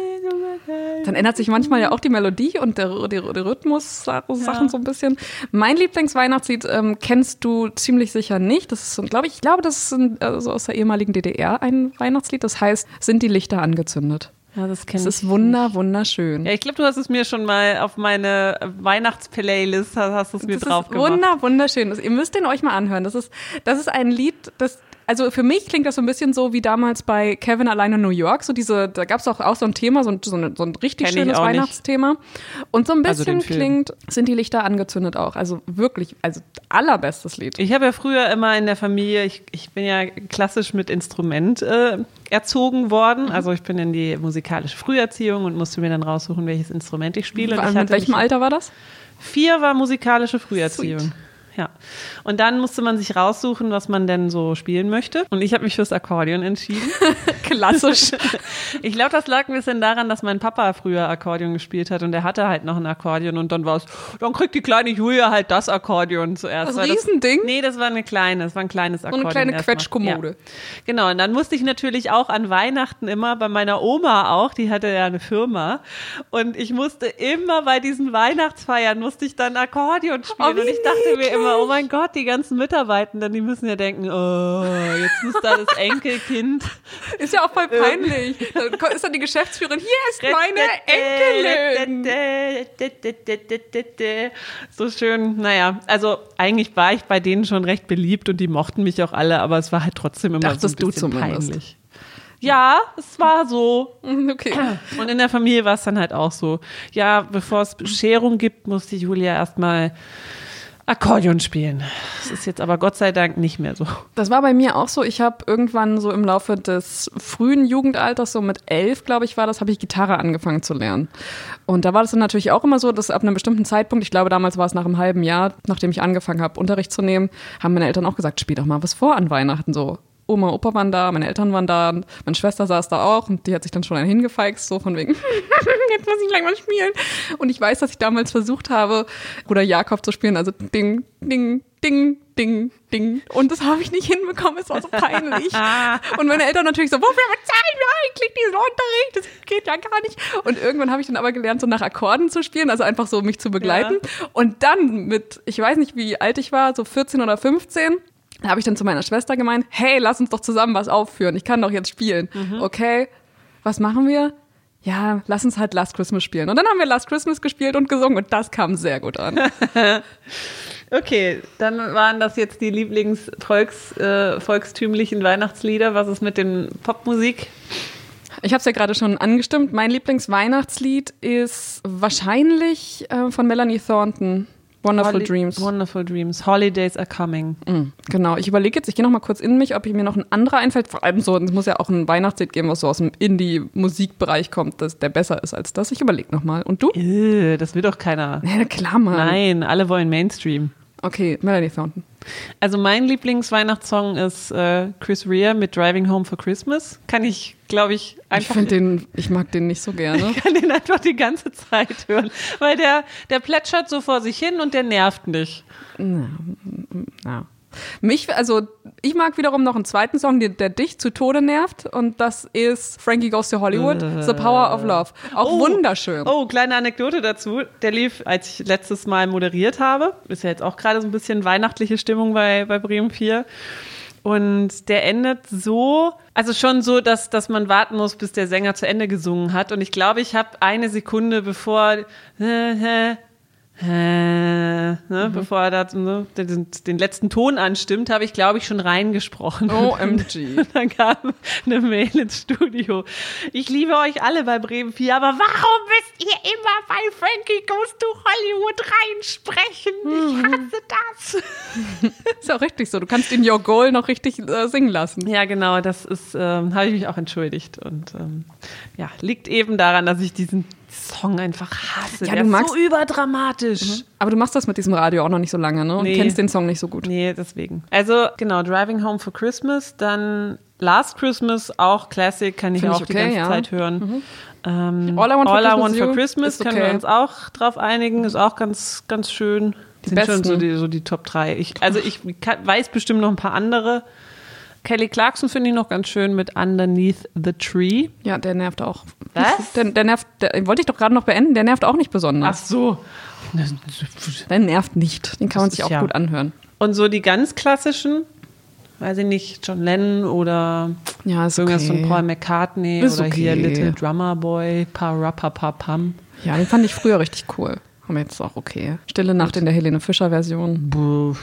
Speaker 2: Dann ändert sich manchmal ja auch die Melodie und der, der, der Rhythmus, Sachen so ein bisschen. Mein Lieblingsweihnachtslied ähm, kennst du ziemlich sicher nicht. Das ist, so ein- glaube ich, ich glaube, das ist ein, also aus der ehemaligen DDR ein Weihnachtslied. Das heißt, sind die Lichter angezündet.
Speaker 3: Ja, das
Speaker 2: Es
Speaker 3: kenne
Speaker 2: ist wunder, wunderschön.
Speaker 3: Ja, ich glaube, du hast es mir schon mal auf meine Weihnachtsplaylist hast, hast du es mir
Speaker 2: das
Speaker 3: drauf
Speaker 2: ist
Speaker 3: gemacht.
Speaker 2: wunder, wunderschön. Das, ihr müsst den euch mal anhören. Das ist, das ist ein Lied, das, also für mich klingt das so ein bisschen so wie damals bei Kevin alleine in New York. So diese, da gab es auch, auch so ein Thema, so ein, so ein, so ein richtig
Speaker 3: Kenn ich
Speaker 2: schönes
Speaker 3: auch nicht.
Speaker 2: Weihnachtsthema. Und so ein
Speaker 3: Also
Speaker 2: bisschen
Speaker 3: den Film.
Speaker 2: klingt, sind die Lichter angezündet auch. Also wirklich, also allerbestes Lied.
Speaker 3: Ich habe ja früher immer in der Familie, ich, ich bin ja klassisch mit Instrument äh, erzogen
Speaker 2: Mhm.
Speaker 3: worden. Also ich bin in die musikalische Früherziehung und musste mir dann raussuchen, welches Instrument ich spiele. Und ich
Speaker 2: Mit welchem
Speaker 3: mich-
Speaker 2: Alter war das?
Speaker 3: Vier war musikalische Früherziehung.
Speaker 2: Sweet.
Speaker 3: Ja. Und dann musste man sich raussuchen, was man denn so spielen möchte. Und ich habe mich fürs Akkordeon entschieden.
Speaker 2: <laughs> Klassisch.
Speaker 3: <laughs> Ich glaube, das lag ein bisschen daran, dass mein Papa früher Akkordeon gespielt hat und er hatte halt noch ein Akkordeon und dann war es, dann kriegt die kleine Julia halt das Akkordeon zuerst.
Speaker 2: Das
Speaker 3: weil
Speaker 2: Riesending?
Speaker 3: Das, nee, das war eine kleine, das war ein kleines
Speaker 2: eine
Speaker 3: Akkordeon.
Speaker 2: kleine
Speaker 3: erstmal.
Speaker 2: Quetschkommode.
Speaker 3: Ja. Genau, und dann musste ich natürlich auch an Weihnachten immer bei meiner Oma auch, die hatte ja eine Firma und ich musste immer bei diesen Weihnachtsfeiern musste ich dann Akkordeon spielen
Speaker 2: Oh, wie
Speaker 3: und ich dachte
Speaker 2: niedlich.
Speaker 3: mir immer, oh mein Gott, die ganzen Mitarbeitenden, die müssen ja denken, oh, jetzt muss da das Enkelkind
Speaker 2: Ist ja auch voll peinlich. Dann ko- ist dann die Geschäftsführerin, hier ist <laughs> meine Enkelin.
Speaker 3: Enkelin. So schön. Naja, also eigentlich war ich bei denen schon recht beliebt und die mochten mich auch alle, aber es war halt trotzdem immer so ein
Speaker 2: Dachtest du
Speaker 3: bisschen
Speaker 2: zumindest. Mhm,
Speaker 3: peinlich. Ja, es war so.
Speaker 2: Okay.
Speaker 3: Und in der Familie war es dann halt auch so. Ja, bevor es Bescherung gibt, musste Julia erstmal Akkordeon spielen. Das ist jetzt aber Gott sei Dank nicht mehr so.
Speaker 2: Das war bei mir auch so. Ich habe irgendwann so im Laufe des frühen Jugendalters, so mit elf, glaube ich, war das, habe ich Gitarre angefangen zu lernen. Und da war das dann natürlich auch immer so, dass ab einem bestimmten Zeitpunkt, ich glaube, damals war es nach einem halben Jahr, nachdem ich angefangen habe, Unterricht zu nehmen, haben meine Eltern auch gesagt, spiel doch mal was vor an Weihnachten so. Oma, Opa waren da, meine Eltern waren da, und meine Schwester saß da auch und die hat sich dann schon einen hingefeixt, so von wegen, <laughs> jetzt muss ich gleich mal spielen. Und ich weiß, dass ich damals versucht habe, Bruder Jakob zu spielen, also ding, ding, ding, ding, ding. Und das habe ich nicht hinbekommen, es war so peinlich. Und meine Eltern natürlich so, wofür bezahlen wir eigentlich diesen Unterricht? Das geht ja gar nicht. Und irgendwann habe ich dann aber gelernt, so nach Akkorden zu spielen, also einfach so mich zu begleiten. Und dann mit, ich weiß nicht, wie alt ich war, so 14 oder 15, da habe ich dann zu meiner Schwester gemeint, hey, lass uns doch zusammen was aufführen. Ich kann doch jetzt spielen. Okay, was machen wir? Ja, lass uns halt Last Christmas spielen. Und dann haben wir Last Christmas gespielt und gesungen und das kam sehr gut an.
Speaker 3: Okay, dann waren das jetzt die Lieblingsvolks, äh, volkstümlichen Weihnachtslieder. Was ist mit den Popmusik?
Speaker 2: Ich habe es ja gerade schon angestimmt. Mein Lieblingsweihnachtslied ist wahrscheinlich äh, von Melanie Thornton, Wonderful
Speaker 3: Holi-
Speaker 2: Dreams.
Speaker 3: Wonderful Dreams. Holidays are coming.
Speaker 2: Mm, Genau, ich überlege jetzt, ich gehe noch mal kurz in mich, ob ich mir noch ein anderer einfällt. Vor allem so, es muss ja auch ein Weihnachtslied geben, was so aus dem Indie-Musikbereich kommt, das, der besser ist als das. Ich überlege noch mal. Und du?
Speaker 3: Äh, das will
Speaker 2: <laughs>
Speaker 3: doch keiner.
Speaker 2: Ja, klar, Mann.
Speaker 3: Nein, alle wollen Mainstream.
Speaker 2: Okay, Melanie Thornton.
Speaker 3: Also mein Lieblingsweihnachtssong ist äh, Chris Rea mit Driving Home for Christmas. Kann ich, glaube ich,
Speaker 2: Ich
Speaker 3: einfach
Speaker 2: finde den, ich mag den nicht so gerne.
Speaker 3: kann den einfach die ganze Zeit hören, weil der der plätschert so vor sich hin und der nervt nicht.
Speaker 2: Ja. Mich, also ich mag wiederum noch einen zweiten Song, der, der dich zu Tode nervt und das ist Frankie Goes to Hollywood, The Power of Love. Auch
Speaker 3: Oh.
Speaker 2: wunderschön.
Speaker 3: Oh, kleine Anekdote dazu. Der lief, als ich letztes Mal moderiert habe. Ist ja jetzt auch gerade so ein bisschen weihnachtliche Stimmung bei, bei Bremen 4. Und der endet so, also schon so, dass, dass man warten muss, bis der Sänger zu Ende gesungen hat. Und ich glaube, ich habe eine Sekunde bevor, äh, äh, äh, ne, bevor er da ne, den, den letzten Ton anstimmt, habe ich, glaube ich, schon reingesprochen.
Speaker 2: OMG.
Speaker 3: <laughs> Und dann kam eine Mail ins Studio. Ich liebe euch alle bei Bremen 4, aber warum müsst ihr immer bei Frankie Goes to Hollywood reinsprechen? Ich hasse das.
Speaker 2: Ist ja auch richtig so. Du kannst in Your Goal noch richtig äh, singen lassen.
Speaker 3: Ja, genau, das ist, ähm, habe ich mich auch entschuldigt. Und ähm, ja, liegt eben daran, dass ich diesen Song einfach hasse.
Speaker 2: Ja,
Speaker 3: Der
Speaker 2: du
Speaker 3: ist
Speaker 2: magst- Mhm.
Speaker 3: so überdramatisch.
Speaker 2: Aber du machst das mit diesem Radio auch noch nicht so lange, ne? Und
Speaker 3: Nee.
Speaker 2: kennst den Song nicht so gut.
Speaker 3: Nee, deswegen. Also, genau, Driving Home for Christmas, dann Last Christmas auch Classic, kann ich
Speaker 2: Finde
Speaker 3: auch
Speaker 2: ich
Speaker 3: die
Speaker 2: okay,
Speaker 3: ganze
Speaker 2: ja. Mhm.
Speaker 3: Zeit hören. Ähm,
Speaker 2: All I Want for Christmas
Speaker 3: Want
Speaker 2: is
Speaker 3: for
Speaker 2: You
Speaker 3: Christmas
Speaker 2: ist
Speaker 3: können wir
Speaker 2: okay.
Speaker 3: uns auch drauf einigen, ist auch ganz, ganz schön. Die sind schon
Speaker 2: besten.
Speaker 3: so die, so die Top 3. Ich, also ich kann, weiß bestimmt noch ein paar andere. Kelly Clarkson finde ich noch ganz schön mit Underneath the Tree.
Speaker 2: Ja, der nervt auch.
Speaker 3: Was?
Speaker 2: Der, der nervt, der, wollte ich doch gerade noch beenden, der nervt auch nicht besonders.
Speaker 3: so.
Speaker 2: Der nervt nicht. Den kann man
Speaker 3: Das
Speaker 2: sich
Speaker 3: ist
Speaker 2: auch
Speaker 3: ja-
Speaker 2: gut anhören.
Speaker 3: Und so die ganz klassischen, weiß ich nicht, John Lennon oder
Speaker 2: Ja, ist
Speaker 3: irgendwas
Speaker 2: okay.
Speaker 3: von Paul McCartney
Speaker 2: Ist
Speaker 3: oder hier
Speaker 2: okay.
Speaker 3: Little Drummer Boy, Parapapapam.
Speaker 2: Ja, den fand ich früher richtig cool. Aber jetzt ist auch okay. Stille Nacht in der Helene Fischer-Version.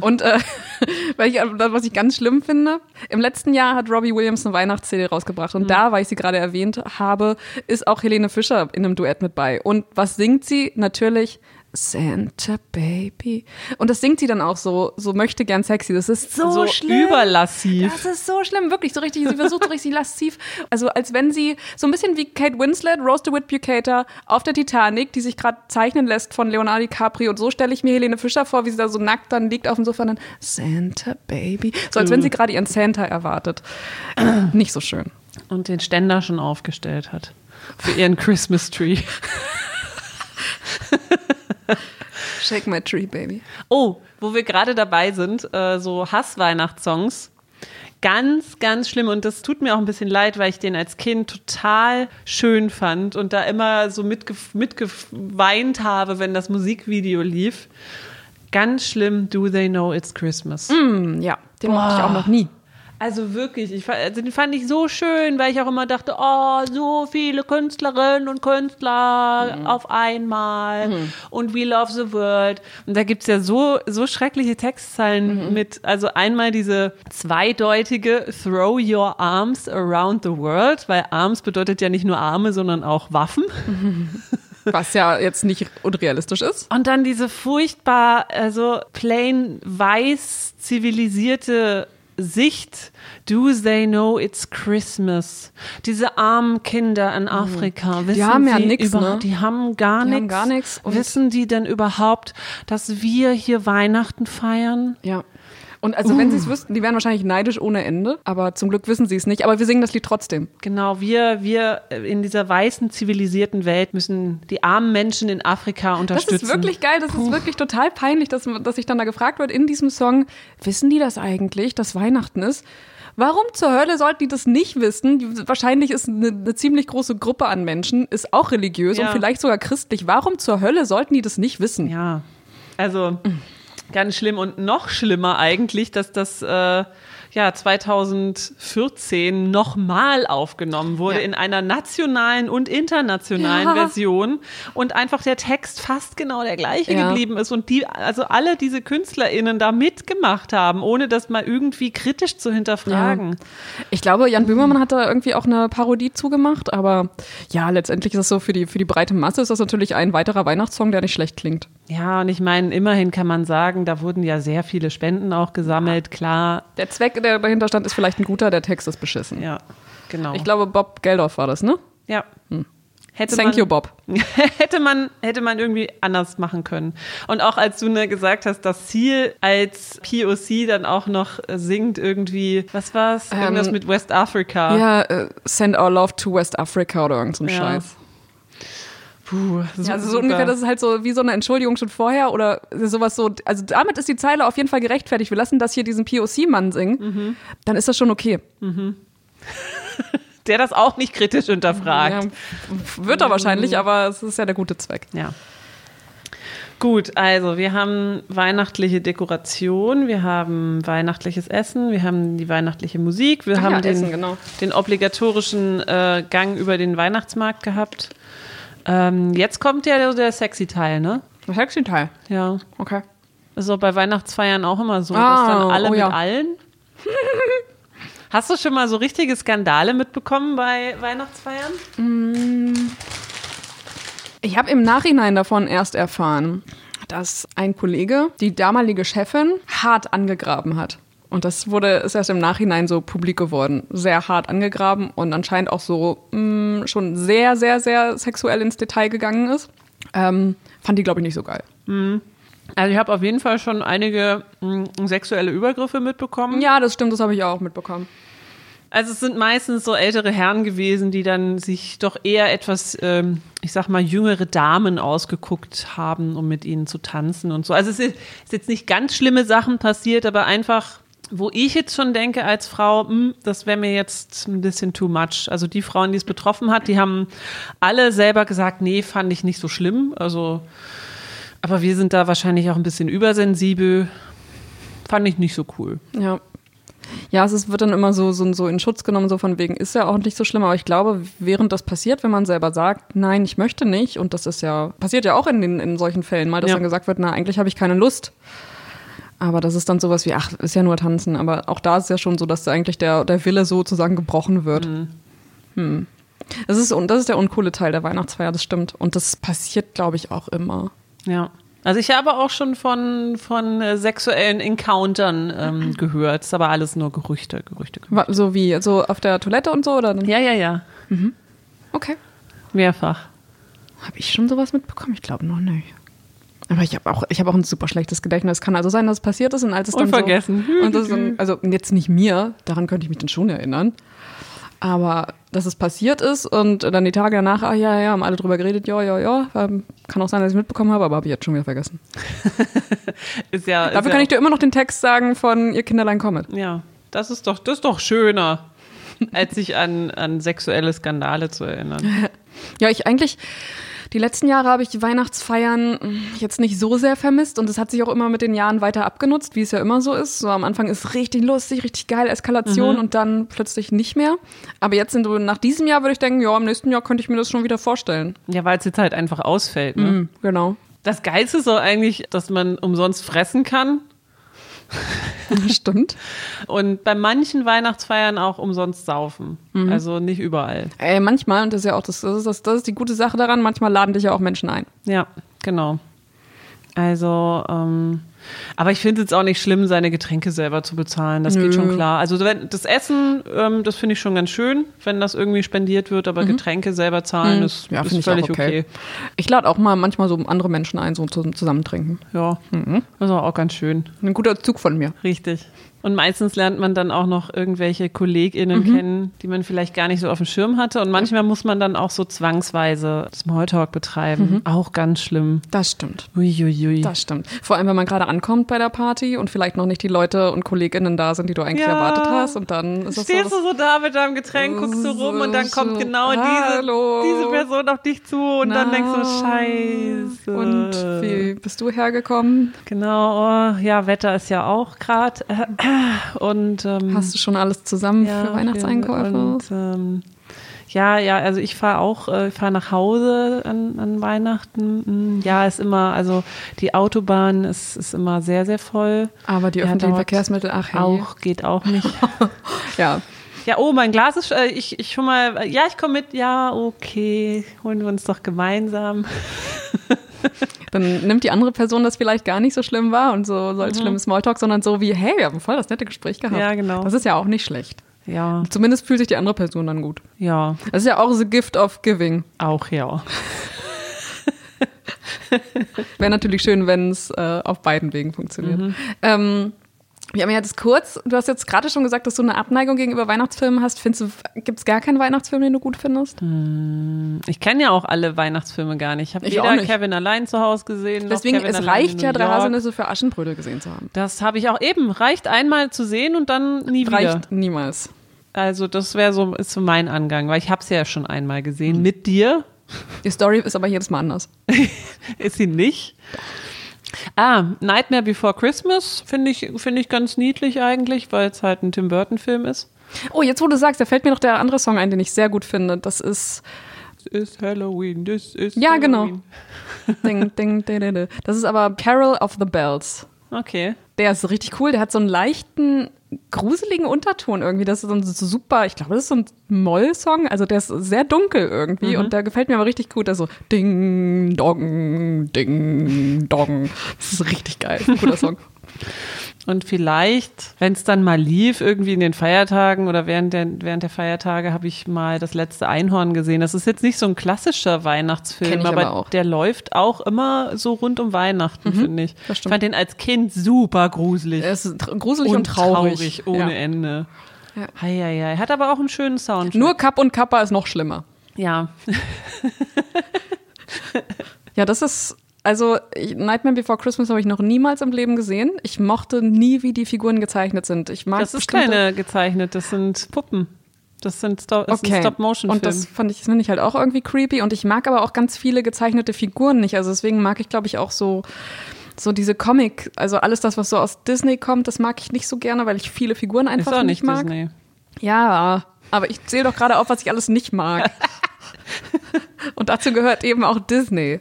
Speaker 2: Und äh, <laughs> weil ich, das, was ich ganz schlimm finde, im letzten Jahr hat Robbie Williams eine Weihnachts-CD rausgebracht und da, weil ich sie gerade erwähnt habe, ist auch Helene Fischer in einem Duett mit bei. Und was singt sie? Natürlich Santa Baby. Und das singt sie dann auch so, so möchte gern sexy. Das ist so,
Speaker 3: so
Speaker 2: schlimm.
Speaker 3: überlassiv.
Speaker 2: Das ist so schlimm, wirklich, so richtig, sie versucht so richtig lasziv, also als wenn sie, so ein bisschen wie Kate Winslet, Rose DeWitt Bucator auf der Titanic, die sich gerade zeichnen lässt von Leonardo DiCaprio und so stelle ich mir Helene Fischer vor, wie sie da so nackt dann liegt auf dem Sofa und dann Santa Baby, so als wenn sie gerade ihren Santa erwartet. <clears throat> Nicht so schön.
Speaker 3: Und den Ständer schon aufgestellt hat. Für ihren Christmas Tree. <laughs>
Speaker 2: Shake my tree, baby.
Speaker 3: Oh, wo wir gerade dabei sind, äh, so Hass-Weihnachtssongs. Ganz, ganz schlimm. Und das tut mir auch ein bisschen leid, weil ich den als Kind total schön fand und da immer so mitge mitgeweint habe, wenn das Musikvideo lief. Ganz schlimm, Do They Know It's Christmas?
Speaker 2: Hm, ja, den mochte ich auch noch nie.
Speaker 3: Also wirklich, ich, fa- also den fand ich so schön, weil ich auch immer dachte, oh, so viele Künstlerinnen und Künstler auf einmal und We Love the World. Und da gibt es ja so, so schreckliche Textzeilen mit, also einmal diese zweideutige Throw your arms around the world, weil Arms bedeutet ja nicht nur Arme, sondern auch Waffen.
Speaker 2: Was ja jetzt nicht unrealistisch ist.
Speaker 3: Und dann diese furchtbar, also plain weiß zivilisierte Sicht. Do they know it's Christmas? Diese armen Kinder in Afrika, wissen
Speaker 2: Mhm. haben ja
Speaker 3: sie
Speaker 2: nix,
Speaker 3: über,
Speaker 2: ne?
Speaker 3: die haben gar
Speaker 2: Die haben
Speaker 3: nichts.
Speaker 2: gar nix und-
Speaker 3: Wissen die denn überhaupt, dass wir hier Weihnachten feiern?
Speaker 2: Ja. Und also wenn sie es wüssten, die wären wahrscheinlich neidisch ohne Ende, aber zum Glück wissen sie es nicht, aber wir singen das Lied trotzdem.
Speaker 3: Genau, wir, wir in dieser weißen zivilisierten Welt müssen die armen Menschen in Afrika
Speaker 2: Das
Speaker 3: unterstützen.
Speaker 2: ist wirklich geil, das ist wirklich total peinlich, dass, man- dass ich dann da gefragt wird in diesem Song, wissen die das eigentlich, dass Weihnachten ist? Warum zur Hölle sollten die das nicht wissen? Die- Wahrscheinlich ist eine, eine ziemlich große Gruppe an Menschen, ist auch religiös
Speaker 3: Ja.
Speaker 2: und vielleicht sogar christlich. Warum zur Hölle sollten die das nicht wissen?
Speaker 3: Ja, also ganz schlimm und noch schlimmer eigentlich, dass das äh, ja 2014 nochmal aufgenommen wurde
Speaker 2: Ja.
Speaker 3: in einer nationalen und internationalen
Speaker 2: Ja.
Speaker 3: Version und einfach der Text fast genau der gleiche
Speaker 2: Ja.
Speaker 3: geblieben ist und die also alle diese KünstlerInnen da mitgemacht haben, ohne das mal irgendwie kritisch zu hinterfragen.
Speaker 2: Ich glaube, Jan Böhmermann hat da irgendwie auch eine Parodie zugemacht, aber ja, letztendlich ist das so für die, für die breite Masse, ist das natürlich ein weiterer Weihnachtssong, der nicht schlecht klingt.
Speaker 3: Ja, und ich meine, immerhin kann man sagen, da wurden ja sehr viele Spenden auch gesammelt, klar.
Speaker 2: Der Zweck, der dahinter stand, ist vielleicht ein guter, der Text ist beschissen.
Speaker 3: Ja, genau.
Speaker 2: Ich glaube, Bob Geldorf war das, ne?
Speaker 3: Ja. Hätte
Speaker 2: Thank
Speaker 3: man,
Speaker 2: you, Bob.
Speaker 3: <laughs> Hätte man, hätte man irgendwie anders machen können. Und auch als du ne, gesagt hast, dass Ziel als POC dann auch noch äh, singt irgendwie, was war's? Irgendwas mit West Africa.
Speaker 2: Ähm, Ja, äh, Send Our Love to West Africa oder irgend so ein
Speaker 3: Ja.
Speaker 2: Scheiß.
Speaker 3: Puh,
Speaker 2: Ja, also so
Speaker 3: super.
Speaker 2: ungefähr, das ist halt so wie so eine Entschuldigung schon vorher oder sowas so. Also damit ist die Zeile auf jeden Fall gerechtfertigt. Wir lassen das hier diesen POC-Mann singen, dann ist das schon okay.
Speaker 3: Der das auch nicht kritisch
Speaker 2: Ja,
Speaker 3: hinterfragt.
Speaker 2: wird er wahrscheinlich, aber es ist ja der gute Zweck.
Speaker 3: Ja. Gut, also wir haben weihnachtliche Dekoration, wir haben weihnachtliches Essen, wir haben die weihnachtliche Musik, wir
Speaker 2: Ach ja,
Speaker 3: haben den,
Speaker 2: Essen, genau.
Speaker 3: den obligatorischen äh, Gang über den Weihnachtsmarkt gehabt. Ähm, jetzt kommt ja der, der sexy Teil, ne?
Speaker 2: Sexy Teil.
Speaker 3: Ja.
Speaker 2: Okay.
Speaker 3: Ist auch bei Weihnachtsfeiern auch immer so, dass
Speaker 2: Ah,
Speaker 3: dann alle
Speaker 2: oh ja.
Speaker 3: mit <laughs> allen. Hast du schon mal so richtige Skandale mitbekommen bei Weihnachtsfeiern?
Speaker 2: Ich habe im Nachhinein davon erst erfahren, dass ein Kollege die damalige Chefin hart angegraben hat. Und das wurde, ist erst im Nachhinein so publik geworden. Sehr hart angegraben und anscheinend auch so mh, schon sehr, sehr, sehr sexuell ins Detail gegangen ist. Ähm, fand die, glaube ich, nicht so geil.
Speaker 3: Also ich habe auf jeden Fall schon einige mh, mm, sexuelle Übergriffe mitbekommen.
Speaker 2: Ja, das stimmt, das habe ich auch mitbekommen.
Speaker 3: Also es sind meistens so ältere Herren gewesen, die dann sich doch eher etwas, ähm, ich sag mal, jüngere Damen ausgeguckt haben, um mit ihnen zu tanzen und so. Also es ist, ist jetzt nicht ganz schlimme Sachen passiert, aber einfach, wo ich jetzt schon denke als Frau, hm, das wäre mir jetzt ein bisschen too much. Also die Frauen, die es betroffen hat, die haben alle selber gesagt, nee, fand ich nicht so schlimm. Also, aber wir sind da wahrscheinlich auch ein bisschen übersensibel. Fand ich nicht so cool.
Speaker 2: Ja. Ja, es ist, wird dann immer so, so, so in Schutz genommen, so von wegen, ist ja auch nicht so schlimm, aber ich glaube, während das passiert, wenn man selber sagt, nein, ich möchte nicht, und das ist ja, passiert ja auch in, den, in solchen Fällen mal, dass
Speaker 3: Ja.
Speaker 2: dann gesagt wird, na, eigentlich habe ich keine Lust. Aber das ist dann sowas wie, ach, ist ja nur tanzen, aber auch da ist ja schon so, dass da eigentlich der, der Wille sozusagen gebrochen wird.
Speaker 3: Mhm.
Speaker 2: Hm. Das ist, und das ist der uncoole Teil der Weihnachtsfeier, das stimmt. Und das passiert, glaube ich, auch immer.
Speaker 3: Ja. Also ich habe auch schon von, von äh, sexuellen Encountern ähm, gehört. Ist aber alles nur Gerüchte, Gerüchte, Gerüchte.
Speaker 2: Wa- So wie, so auf der Toilette und so, oder? dann-
Speaker 3: Ja, ja, ja.
Speaker 2: Okay.
Speaker 3: Mehrfach.
Speaker 2: Habe ich schon sowas mitbekommen? Ich glaube noch nicht. Aber ich habe auch, ich hab auch ein super schlechtes Gedächtnis. Es kann also sein, dass es passiert ist und als es dann
Speaker 3: Und vergessen.
Speaker 2: So, <laughs> und das ist dann, also jetzt nicht mir, daran könnte ich mich dann schon erinnern. Aber dass es passiert ist und dann die Tage danach, ah ja, ja, haben alle drüber geredet, ja, ja, ja. Ähm, kann auch sein, dass ich es mitbekommen habe, aber habe ich jetzt schon wieder vergessen.
Speaker 3: Ist ja.
Speaker 2: Dafür
Speaker 3: ist
Speaker 2: kann
Speaker 3: ja,
Speaker 2: ich dir immer noch den Text sagen von Ihr Kinderlein kommet.
Speaker 3: Ja, das ist doch, das ist doch schöner, als sich an, an sexuelle Skandale zu erinnern.
Speaker 2: Ja, ich eigentlich, die letzten Jahre habe ich die Weihnachtsfeiern mh, jetzt nicht so sehr vermisst und es hat sich auch immer mit den Jahren weiter abgenutzt, wie es ja immer so ist. So am Anfang ist richtig lustig, richtig geil, Eskalation und dann plötzlich nicht mehr. Aber jetzt sind so nach diesem Jahr würde ich denken, ja, im nächsten Jahr könnte ich mir das schon wieder vorstellen.
Speaker 3: Ja, weil es jetzt halt einfach ausfällt. Ne?
Speaker 2: Mhm, genau. <laughs>
Speaker 3: Das Geilste ist doch eigentlich, dass man umsonst fressen kann
Speaker 2: Stimmt.
Speaker 3: und bei manchen Weihnachtsfeiern auch umsonst saufen. Also nicht überall.
Speaker 2: Ey, manchmal, und das ist ja auch das, das, ist das, das ist die gute Sache daran, manchmal laden dich ja auch Menschen ein.
Speaker 3: Ja, genau. Also, ähm, aber ich finde es jetzt auch nicht schlimm, seine Getränke selber zu bezahlen. Das geht schon klar. Also wenn das Essen, ähm, das finde ich schon ganz schön, wenn das irgendwie spendiert wird, aber Getränke selber zahlen ist,
Speaker 2: Mhm. Ja, finde
Speaker 3: ist
Speaker 2: ich auch
Speaker 3: völlig
Speaker 2: okay.
Speaker 3: okay.
Speaker 2: Ich lade auch mal manchmal so andere Menschen ein, so zum Zusammentrinken.
Speaker 3: Ja,
Speaker 2: Mhm.
Speaker 3: das ist auch ganz schön.
Speaker 2: Ein guter Zug von mir.
Speaker 3: Richtig. Und meistens lernt man dann auch noch irgendwelche KollegInnen
Speaker 2: Mhm.
Speaker 3: kennen, die man vielleicht gar nicht so auf dem Schirm hatte. Und manchmal muss man dann auch so zwangsweise Smalltalk betreiben. Auch ganz schlimm.
Speaker 2: Das stimmt.
Speaker 3: Uiuiui.
Speaker 2: Mhm. Das stimmt. Vor allem, wenn man gerade ankommt bei der Party und vielleicht noch nicht die Leute und KollegInnen da sind, die du eigentlich
Speaker 3: Ja.
Speaker 2: erwartet hast. Und dann ist das
Speaker 3: Stehst
Speaker 2: so.
Speaker 3: du so da mit deinem Getränk, guckst du rum und dann kommt genau
Speaker 2: Hallo.
Speaker 3: diese, diese Person auf dich zu und dann denkst du,
Speaker 2: das-
Speaker 3: scheiße.
Speaker 2: Und wie bist du hergekommen?
Speaker 3: Genau, oh, ja, Wetter ist ja auch gerade. Äh, und ähm,
Speaker 2: Hast du schon alles zusammen
Speaker 3: ja,
Speaker 2: für Weihnachtseinkäufe?
Speaker 3: Und, ähm, ja, ja, also ich fahre auch, äh, ich fahre nach Hause an, an Weihnachten. Mm, Ja, ist immer, also die Autobahn ist, ist immer sehr, sehr voll.
Speaker 2: Aber die öffentlichen
Speaker 3: dauert
Speaker 2: Verkehrsmittel, ach hey.
Speaker 3: Auch, geht auch nicht.
Speaker 2: <laughs> Ja.
Speaker 3: Ja, oh, mein Glas ist, äh, ich, ich schon mal, äh, ja, ich komme mit, ja, okay, holen wir uns doch gemeinsam. <laughs>
Speaker 2: Dann nimmt die andere Person das vielleicht gar nicht so schlimm wahr und so, so als schlimmes Smalltalk, sondern so wie, hey, wir haben voll das nette Gespräch gehabt.
Speaker 3: Ja, genau.
Speaker 2: Das ist ja auch nicht schlecht.
Speaker 3: Ja,
Speaker 2: Zumindest fühlt sich die andere Person dann gut.
Speaker 3: ja,
Speaker 2: Das ist ja auch the gift of giving.
Speaker 3: auch ja.
Speaker 2: Wäre natürlich schön, wenn es äh, auf beiden Wegen funktioniert.
Speaker 3: Mhm.
Speaker 2: Ähm, wir haben ja das kurz, du hast jetzt gerade schon gesagt, dass du eine Abneigung gegenüber Weihnachtsfilmen hast. Findest du, gibt es gar keinen Weihnachtsfilm, den du gut findest?
Speaker 3: Hm. Ich kenne ja auch alle Weihnachtsfilme gar nicht. Ich habe
Speaker 2: Ich
Speaker 3: weder
Speaker 2: auch nicht.
Speaker 3: Kevin allein zu Hause gesehen. noch
Speaker 2: Deswegen,
Speaker 3: Kevin
Speaker 2: es
Speaker 3: allein in
Speaker 2: reicht ja,
Speaker 3: New
Speaker 2: drei
Speaker 3: York.
Speaker 2: Haselnüsse für Aschenbrödel gesehen zu haben.
Speaker 3: Das habe ich auch eben. Reicht einmal zu sehen und dann nie wieder.
Speaker 2: Reicht niemals.
Speaker 3: Also das wäre so, ist so mein Angang, weil ich habe es ja schon einmal gesehen. Mit dir <laughs>
Speaker 2: Die Story ist aber jedes Mal anders.
Speaker 3: ist sie nicht. Ah, Nightmare Before Christmas finde ich, finde ich ganz niedlich eigentlich, weil es halt ein Tim Burton-Film ist.
Speaker 2: Oh, jetzt wo du sagst, da fällt mir noch der andere Song ein, den ich sehr gut finde. Das
Speaker 3: <laughs>
Speaker 2: ist
Speaker 3: This is Halloween, this is
Speaker 2: Ja, genau.
Speaker 3: Halloween.
Speaker 2: Ding, Ding, Ding, Ding, Ding. Das ist aber Carol of the Bells.
Speaker 3: Okay.
Speaker 2: Der ist richtig cool. Der hat so einen leichten, gruseligen Unterton irgendwie. Das ist so ein super, ich glaube, das ist so ein Moll-Song. Also der ist sehr dunkel irgendwie
Speaker 3: Mhm.
Speaker 2: und der gefällt mir aber richtig gut. Also Ding, Dong, Ding, Dong. Das ist richtig geil. Ein Cooler Song.
Speaker 3: Und vielleicht, wenn es dann mal lief, irgendwie in den Feiertagen oder während der, während der Feiertage, habe ich mal das letzte Einhorn gesehen. Das ist jetzt nicht so ein klassischer
Speaker 2: Kenn
Speaker 3: Weihnachtsfilm,
Speaker 2: ich
Speaker 3: aber,
Speaker 2: aber auch. Mhm.
Speaker 3: der läuft auch immer so rund um Weihnachten, finde ich.
Speaker 2: das
Speaker 3: Ich
Speaker 2: stimmt.
Speaker 3: fand den als Kind super gruselig.
Speaker 2: Er ist tr- gruselig und, traurig. ja.
Speaker 3: ohne Ende.
Speaker 2: Ja.
Speaker 3: Hei, hei, hei. Hat aber auch einen schönen Sound.
Speaker 2: Nur Kapp und Kappa ist noch schlimmer.
Speaker 3: ja.
Speaker 2: Ja, das ist. Also, ich- Nightmare Before Christmas habe ich noch niemals im Leben gesehen. Ich mochte nie, wie die Figuren gezeichnet sind. Ich mag
Speaker 3: Das ist
Speaker 2: bestimmte-
Speaker 3: keine gezeichnet, das sind Puppen. Das sind Stop, das ist
Speaker 2: Okay.
Speaker 3: ein Stop-Motion-Film.
Speaker 2: Und das fand ich, das finde ich halt auch irgendwie creepy. Und ich mag aber auch ganz viele gezeichnete Figuren nicht. Also deswegen mag ich, glaube ich, auch so, so diese Comic, also alles das, was so aus Disney kommt, das mag ich nicht so gerne, weil ich viele Figuren
Speaker 3: ist
Speaker 2: einfach
Speaker 3: auch
Speaker 2: nicht
Speaker 3: nicht
Speaker 2: mag.
Speaker 3: Disney.
Speaker 2: Ja, aber ich zähle doch gerade auf, was ich alles nicht
Speaker 3: <laughs>
Speaker 2: mag. und dazu gehört eben auch Disney.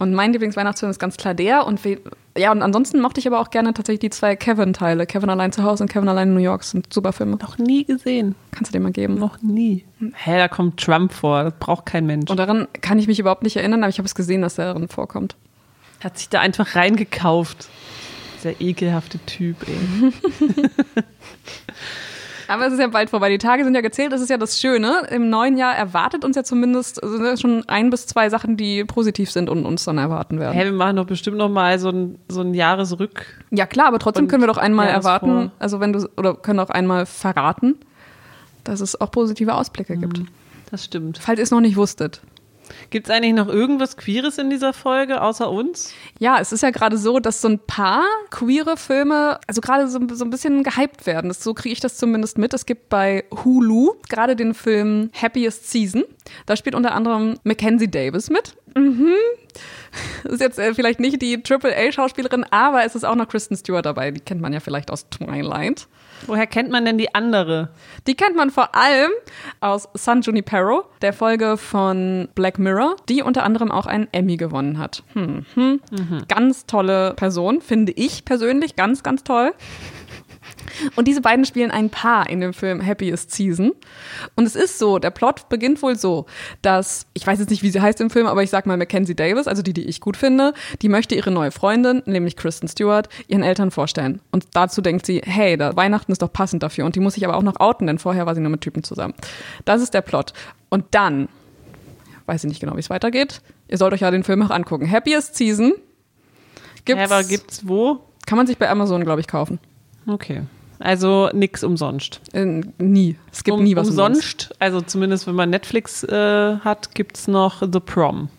Speaker 2: Und mein Lieblingsweihnachtsfilm ist ganz klar der. Und we- ja, und ansonsten mochte ich aber auch gerne tatsächlich die zwei Kevin-Teile. Kevin allein zu Hause und Kevin allein in New York sind super Filme.
Speaker 3: Noch nie gesehen.
Speaker 2: Kannst du dir mal geben.
Speaker 3: Noch nie. Hä, da kommt Trump vor. Das braucht kein Mensch.
Speaker 2: Und daran kann ich mich überhaupt nicht erinnern, aber ich habe es gesehen, dass er darin vorkommt.
Speaker 3: hat sich da einfach reingekauft. Dieser ekelhafte Typ, ey.
Speaker 2: Aber es ist ja bald vorbei. Die Tage sind ja gezählt. Das ist ja das Schöne. Im neuen Jahr erwartet uns ja zumindest also sind ja schon ein bis zwei Sachen, die positiv sind und uns dann erwarten werden.
Speaker 3: Hä, wir machen doch bestimmt noch mal so ein, so ein Jahresrück.
Speaker 2: Ja klar, aber trotzdem
Speaker 3: Und
Speaker 2: können wir doch einmal
Speaker 3: ja, das
Speaker 2: erwarten,
Speaker 3: vor-
Speaker 2: also wenn du oder können auch einmal verraten, dass es auch positive Ausblicke gibt.
Speaker 3: Mhm. Das stimmt.
Speaker 2: Falls ihr es noch nicht wusstet.
Speaker 3: Gibt es eigentlich noch irgendwas Queeres in dieser Folge, außer uns?
Speaker 2: Ja, es ist ja gerade so, dass so ein paar queere Filme, also gerade so, so ein bisschen gehypt werden. Das, so kriege ich das zumindest mit. Es gibt bei Hulu gerade den Film Happiest Season. Da spielt unter anderem Mackenzie Davis mit. Mhm. Ist jetzt äh, vielleicht nicht die Triple A Schauspielerin, aber es ist auch noch Kristen Stewart dabei. Die kennt man ja vielleicht aus Twilight.
Speaker 3: Woher kennt man denn die andere?
Speaker 2: Die kennt man vor allem aus San Junipero, der Folge von Black Mirror, die unter anderem auch einen Emmy gewonnen hat. Hm, hm. Ganz tolle Person, finde ich persönlich ganz, ganz toll. Und diese beiden spielen ein Paar in dem Film Happiest Season. Und es ist so, der Plot beginnt wohl so, dass, ich weiß jetzt nicht, wie sie heißt im Film, aber ich sag mal Mackenzie Davis, also die, die ich gut finde, die möchte ihre neue Freundin, nämlich Kristen Stewart, ihren Eltern vorstellen. Und dazu denkt sie, hey, da Weihnachten ist doch passend dafür. Und die muss sich aber auch noch outen, denn vorher war sie nur mit Typen zusammen. Das ist der Plot. Und dann, weiß ich nicht genau, wie es weitergeht, ihr sollt euch ja den Film auch angucken. Happiest Season
Speaker 3: Hä, aber
Speaker 2: gibt's,
Speaker 3: gibt's wo?
Speaker 2: kann man sich bei Amazon, glaube ich, kaufen.
Speaker 3: Okay. Also nix umsonst.
Speaker 2: Äh, nie. Es
Speaker 3: Um-
Speaker 2: gibt nie was umsonst.
Speaker 3: umsonst. Also zumindest wenn man Netflix äh, hat, gibt's noch The Prom.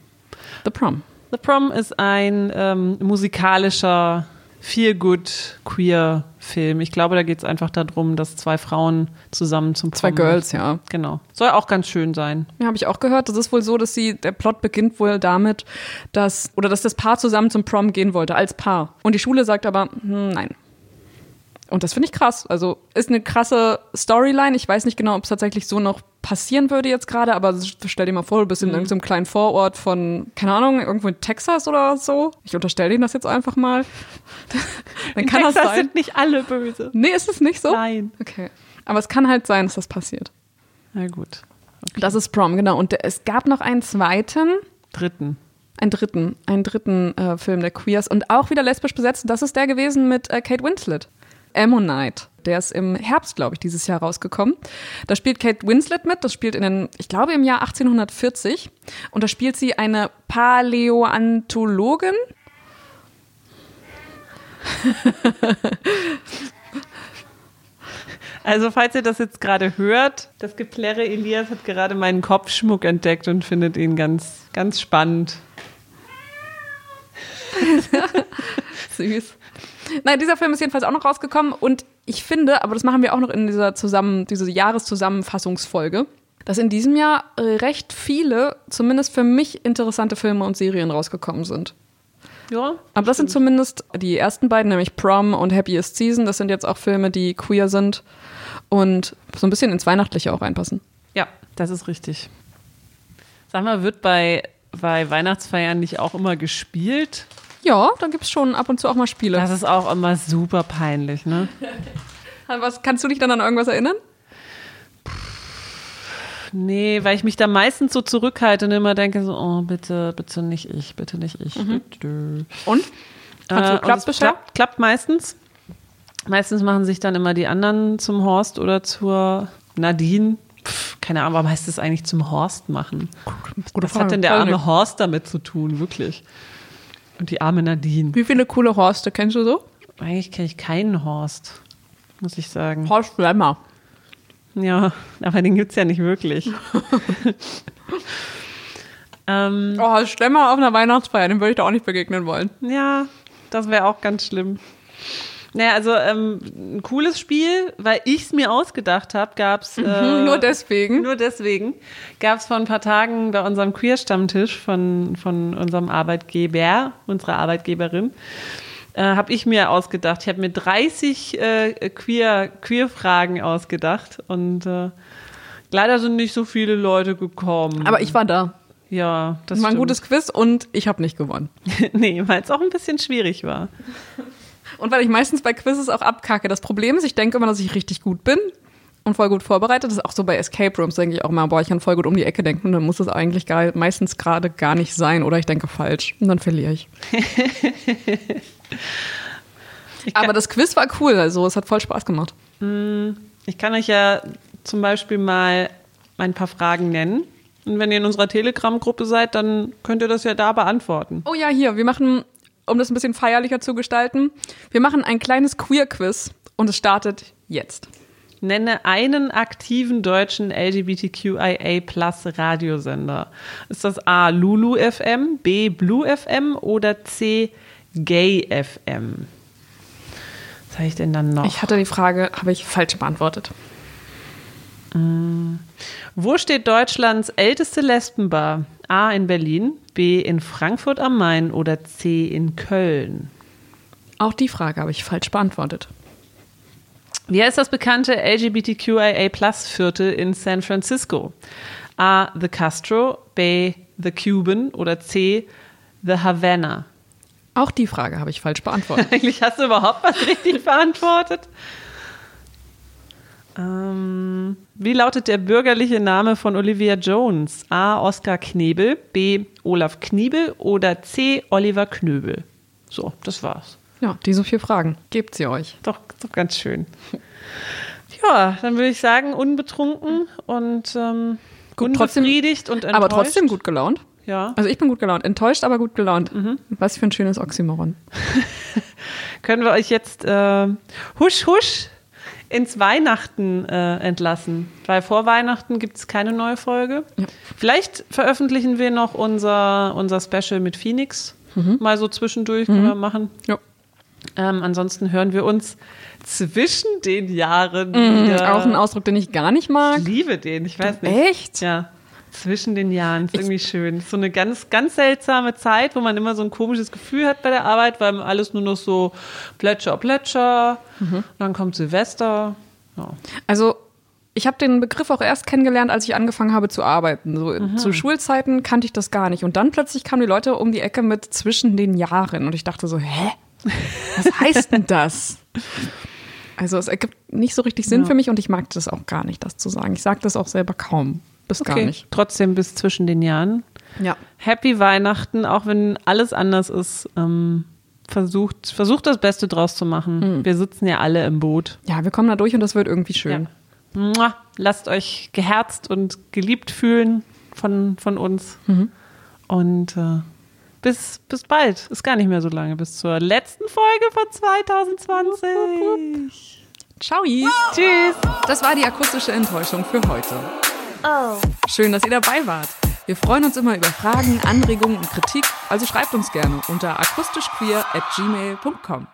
Speaker 2: The Prom.
Speaker 3: The Prom ist ein ähm, musikalischer Feel-Good Queer Film. Ich glaube, da geht's einfach darum, dass zwei Frauen zusammen zum
Speaker 2: Zwei
Speaker 3: Prom
Speaker 2: Girls, ja.
Speaker 3: Genau. Soll auch ganz schön sein.
Speaker 2: Ja, habe ich auch gehört. Das ist wohl so, dass sie, der Plot beginnt wohl damit, dass, oder dass das Paar zusammen zum Prom gehen wollte, als Paar. Und die Schule sagt aber, hm, nein. Und das finde ich krass. Also ist eine krasse Storyline. Ich weiß nicht genau, ob es tatsächlich so noch passieren würde jetzt gerade, aber s- stell dir mal vor, du bist in irgendeinem kleinen Vorort von, keine Ahnung, irgendwo in Texas oder so. Ich unterstelle denen das jetzt einfach mal. <laughs> Dann kann das
Speaker 3: <laughs>
Speaker 2: sein.
Speaker 3: sind nicht alle böse.
Speaker 2: Nee, ist es nicht so?
Speaker 3: Nein.
Speaker 2: Okay. Aber es kann halt sein, dass das passiert.
Speaker 3: Na gut.
Speaker 2: Das ist Prom, genau. Und der- es gab noch einen zweiten,
Speaker 3: Dritten.
Speaker 2: einen dritten, einen dritten äh, Film der Queers und auch wieder lesbisch besetzt. Und Das ist der gewesen mit äh, Kate Winslet. Ammonite. Der ist im Herbst, glaube ich, dieses Jahr rausgekommen. Da spielt Kate Winslet mit. Das spielt in den, ich glaube, im Jahr 1840. Und da spielt sie eine Paläontologin.
Speaker 3: Also, falls ihr das jetzt gerade hört, das Geplärre Elias hat gerade meinen Kopfschmuck entdeckt und findet ihn ganz, ganz spannend.
Speaker 2: Süß. Nein, dieser Film ist jedenfalls auch noch rausgekommen und ich finde, aber das machen wir auch noch in dieser zusammen, diese Jahreszusammenfassungsfolge, dass in diesem Jahr äh, recht viele, zumindest für mich, interessante Filme und Serien rausgekommen sind.
Speaker 3: Ja.
Speaker 2: Aber das sind zumindest die ersten beiden, nämlich Prom und Happiest Season. Das sind jetzt auch Filme, die queer sind und so ein bisschen ins Weihnachtliche auch reinpassen.
Speaker 3: Ja, das ist richtig. Sag mal, wird bei, bei Weihnachtsfeiern nicht auch immer gespielt?
Speaker 2: Ja, dann gibt es schon ab und zu auch mal Spiele.
Speaker 3: Das ist auch immer super peinlich, ne?
Speaker 2: An Was, kannst du dich dann an irgendwas erinnern?
Speaker 3: Nee, weil ich mich da meistens so zurückhalte und immer denke so, oh, bitte, bitte nicht ich, bitte nicht ich. Bitte.
Speaker 2: Und? Hat's
Speaker 3: Äh, und
Speaker 2: geklappt
Speaker 3: es
Speaker 2: bisher?
Speaker 3: Klappt, klappt meistens. Meistens machen sich dann immer die anderen zum Horst oder zur Nadine. Pff, keine Ahnung, warum heißt es eigentlich zum Horst machen? Was
Speaker 2: Frage.
Speaker 3: hat denn der
Speaker 2: Weiß
Speaker 3: arme
Speaker 2: nicht.
Speaker 3: Horst damit zu tun, wirklich? Und die arme Nadine.
Speaker 2: Wie viele coole Horste kennst du so?
Speaker 3: Eigentlich kenne ich keinen Horst, muss ich sagen.
Speaker 2: Horst Lemmer.
Speaker 3: Ja, aber den gibt es ja nicht wirklich. ähm,
Speaker 2: Oh, Schlemmer auf einer Weihnachtsfeier, dem würde ich da auch nicht begegnen wollen.
Speaker 3: ja, das wäre auch ganz schlimm. Naja, also ähm, ein cooles Spiel, weil ich es mir ausgedacht habe, gab es. Äh,
Speaker 2: Mhm, Nur deswegen.
Speaker 3: Nur deswegen gab es vor ein paar Tagen bei unserem Queer-Stammtisch von, von unserem Arbeitgeber, unserer Arbeitgeberin, äh, habe ich mir ausgedacht. Ich habe mir 30 äh, Queer- Queer-Fragen ausgedacht und äh, leider sind nicht so viele Leute gekommen.
Speaker 2: Aber ich war da.
Speaker 3: ja, das
Speaker 2: Das war ein
Speaker 3: stimmt.
Speaker 2: gutes Quiz und ich habe nicht gewonnen.
Speaker 3: <laughs> nee, weil es auch ein bisschen schwierig war.
Speaker 2: Und weil ich meistens bei Quizzes auch abkacke. Das Problem ist, ich denke immer, dass ich richtig gut bin und voll gut vorbereitet. Das ist auch so bei Escape Rooms, denke ich auch mal, boah, ich kann voll gut um die Ecke denken. Und dann muss das eigentlich gar, meistens gerade gar nicht sein. Oder ich denke falsch. Und dann verliere <laughs> ich.
Speaker 3: kann-
Speaker 2: Aber das Quiz war cool. Also es hat voll Spaß gemacht.
Speaker 3: Ich kann euch ja zum Beispiel mal ein paar Fragen nennen. Und wenn ihr in unserer Telegram-Gruppe seid, dann könnt ihr das ja da beantworten.
Speaker 2: Oh ja, hier, wir machen, um das ein bisschen feierlicher zu gestalten, wir machen ein kleines Queer-Quiz und es startet jetzt.
Speaker 3: Nenne einen aktiven deutschen LGBTQIA-Plus-Radiosender. Ist das A. Lulu FM, B. Blue FM oder C. Gay FM? Was habe ich denn dann noch?
Speaker 2: Ich hatte die Frage, habe ich falsch beantwortet.
Speaker 3: Wo steht Deutschlands älteste Lesbenbar? A. in Berlin, B. in Frankfurt am Main oder C. in Köln?
Speaker 2: Auch die Frage habe ich falsch beantwortet.
Speaker 3: Wie heißt das bekannte LGBTQIA-Plus-Viertel in San Francisco? A. The Castro, B. The Cuban oder C. The Havana? <laughs>
Speaker 2: Auch die Frage habe ich falsch beantwortet.
Speaker 3: Eigentlich hast du überhaupt was richtig beantwortet. Ähm, wie lautet der bürgerliche Name von Olivia Jones? A. Oskar Knebel, B. Olaf Kniebel oder C. Oliver Knöbel? So, das war's.
Speaker 2: Ja, diese vier Fragen. Gebt sie euch.
Speaker 3: Doch, doch ganz schön. Ja, dann würde ich sagen, unbetrunken und ähm,
Speaker 2: Gut, trotzdem-
Speaker 3: unbefriedigt und enttäuscht.
Speaker 2: Aber trotzdem gut gelaunt.
Speaker 3: Ja.
Speaker 2: Also ich bin gut gelaunt. Enttäuscht, aber gut gelaunt.
Speaker 3: Mhm.
Speaker 2: Was für ein schönes Oxymoron.
Speaker 3: Können wir euch jetzt äh, husch, husch ins Weihnachten äh, entlassen? Weil vor Weihnachten gibt es keine neue Folge. Vielleicht veröffentlichen wir noch unser, unser Special mit Phoenix.
Speaker 2: Mhm.
Speaker 3: Mal so zwischendurch können wir machen.
Speaker 2: Ja.
Speaker 3: Ähm, ansonsten hören wir uns zwischen den Jahren wieder.
Speaker 2: Mhm, Auch ein Ausdruck, den ich gar nicht mag.
Speaker 3: Ich liebe den, ich weiß nicht.
Speaker 2: Echt?
Speaker 3: Ja. Zwischen den Jahren, ist irgendwie schön. Ist so eine ganz, ganz seltsame Zeit, wo man immer so ein komisches Gefühl hat bei der Arbeit, weil alles nur noch so Plätscher, Plätscher.
Speaker 2: Mhm.
Speaker 3: Dann kommt Silvester. Ja.
Speaker 2: Also ich habe den Begriff auch erst kennengelernt, als ich angefangen habe zu arbeiten. So, Zu Schulzeiten kannte ich das gar nicht. Und dann plötzlich kamen die Leute um die Ecke mit zwischen den Jahren. Und ich dachte so, hä? Was heißt denn das? Also es ergibt nicht so richtig Sinn für mich und ich mag das auch gar nicht, das zu sagen. Ich sage das auch selber kaum. Bis gar nicht.
Speaker 3: Trotzdem bis zwischen den Jahren.
Speaker 2: Ja.
Speaker 3: Happy Weihnachten, auch wenn alles anders ist. Ähm, versucht, versucht das Beste draus zu
Speaker 2: Hm.
Speaker 3: machen. Wir sitzen ja alle im Boot.
Speaker 2: Ja, wir kommen da durch und das wird irgendwie schön.
Speaker 3: Mua. Lasst euch geherzt und geliebt fühlen von, von uns. Und äh, bis, bis bald. Ist gar nicht mehr so lange. Bis zur letzten Folge von 2020.
Speaker 2: Ciao.
Speaker 3: Tschüss.
Speaker 2: Das war die akustische Enttäuschung für heute. Schön, dass ihr dabei wart. Wir freuen uns immer über Fragen, Anregungen und Kritik, also schreibt uns gerne unter akustischqueer@gmail.com.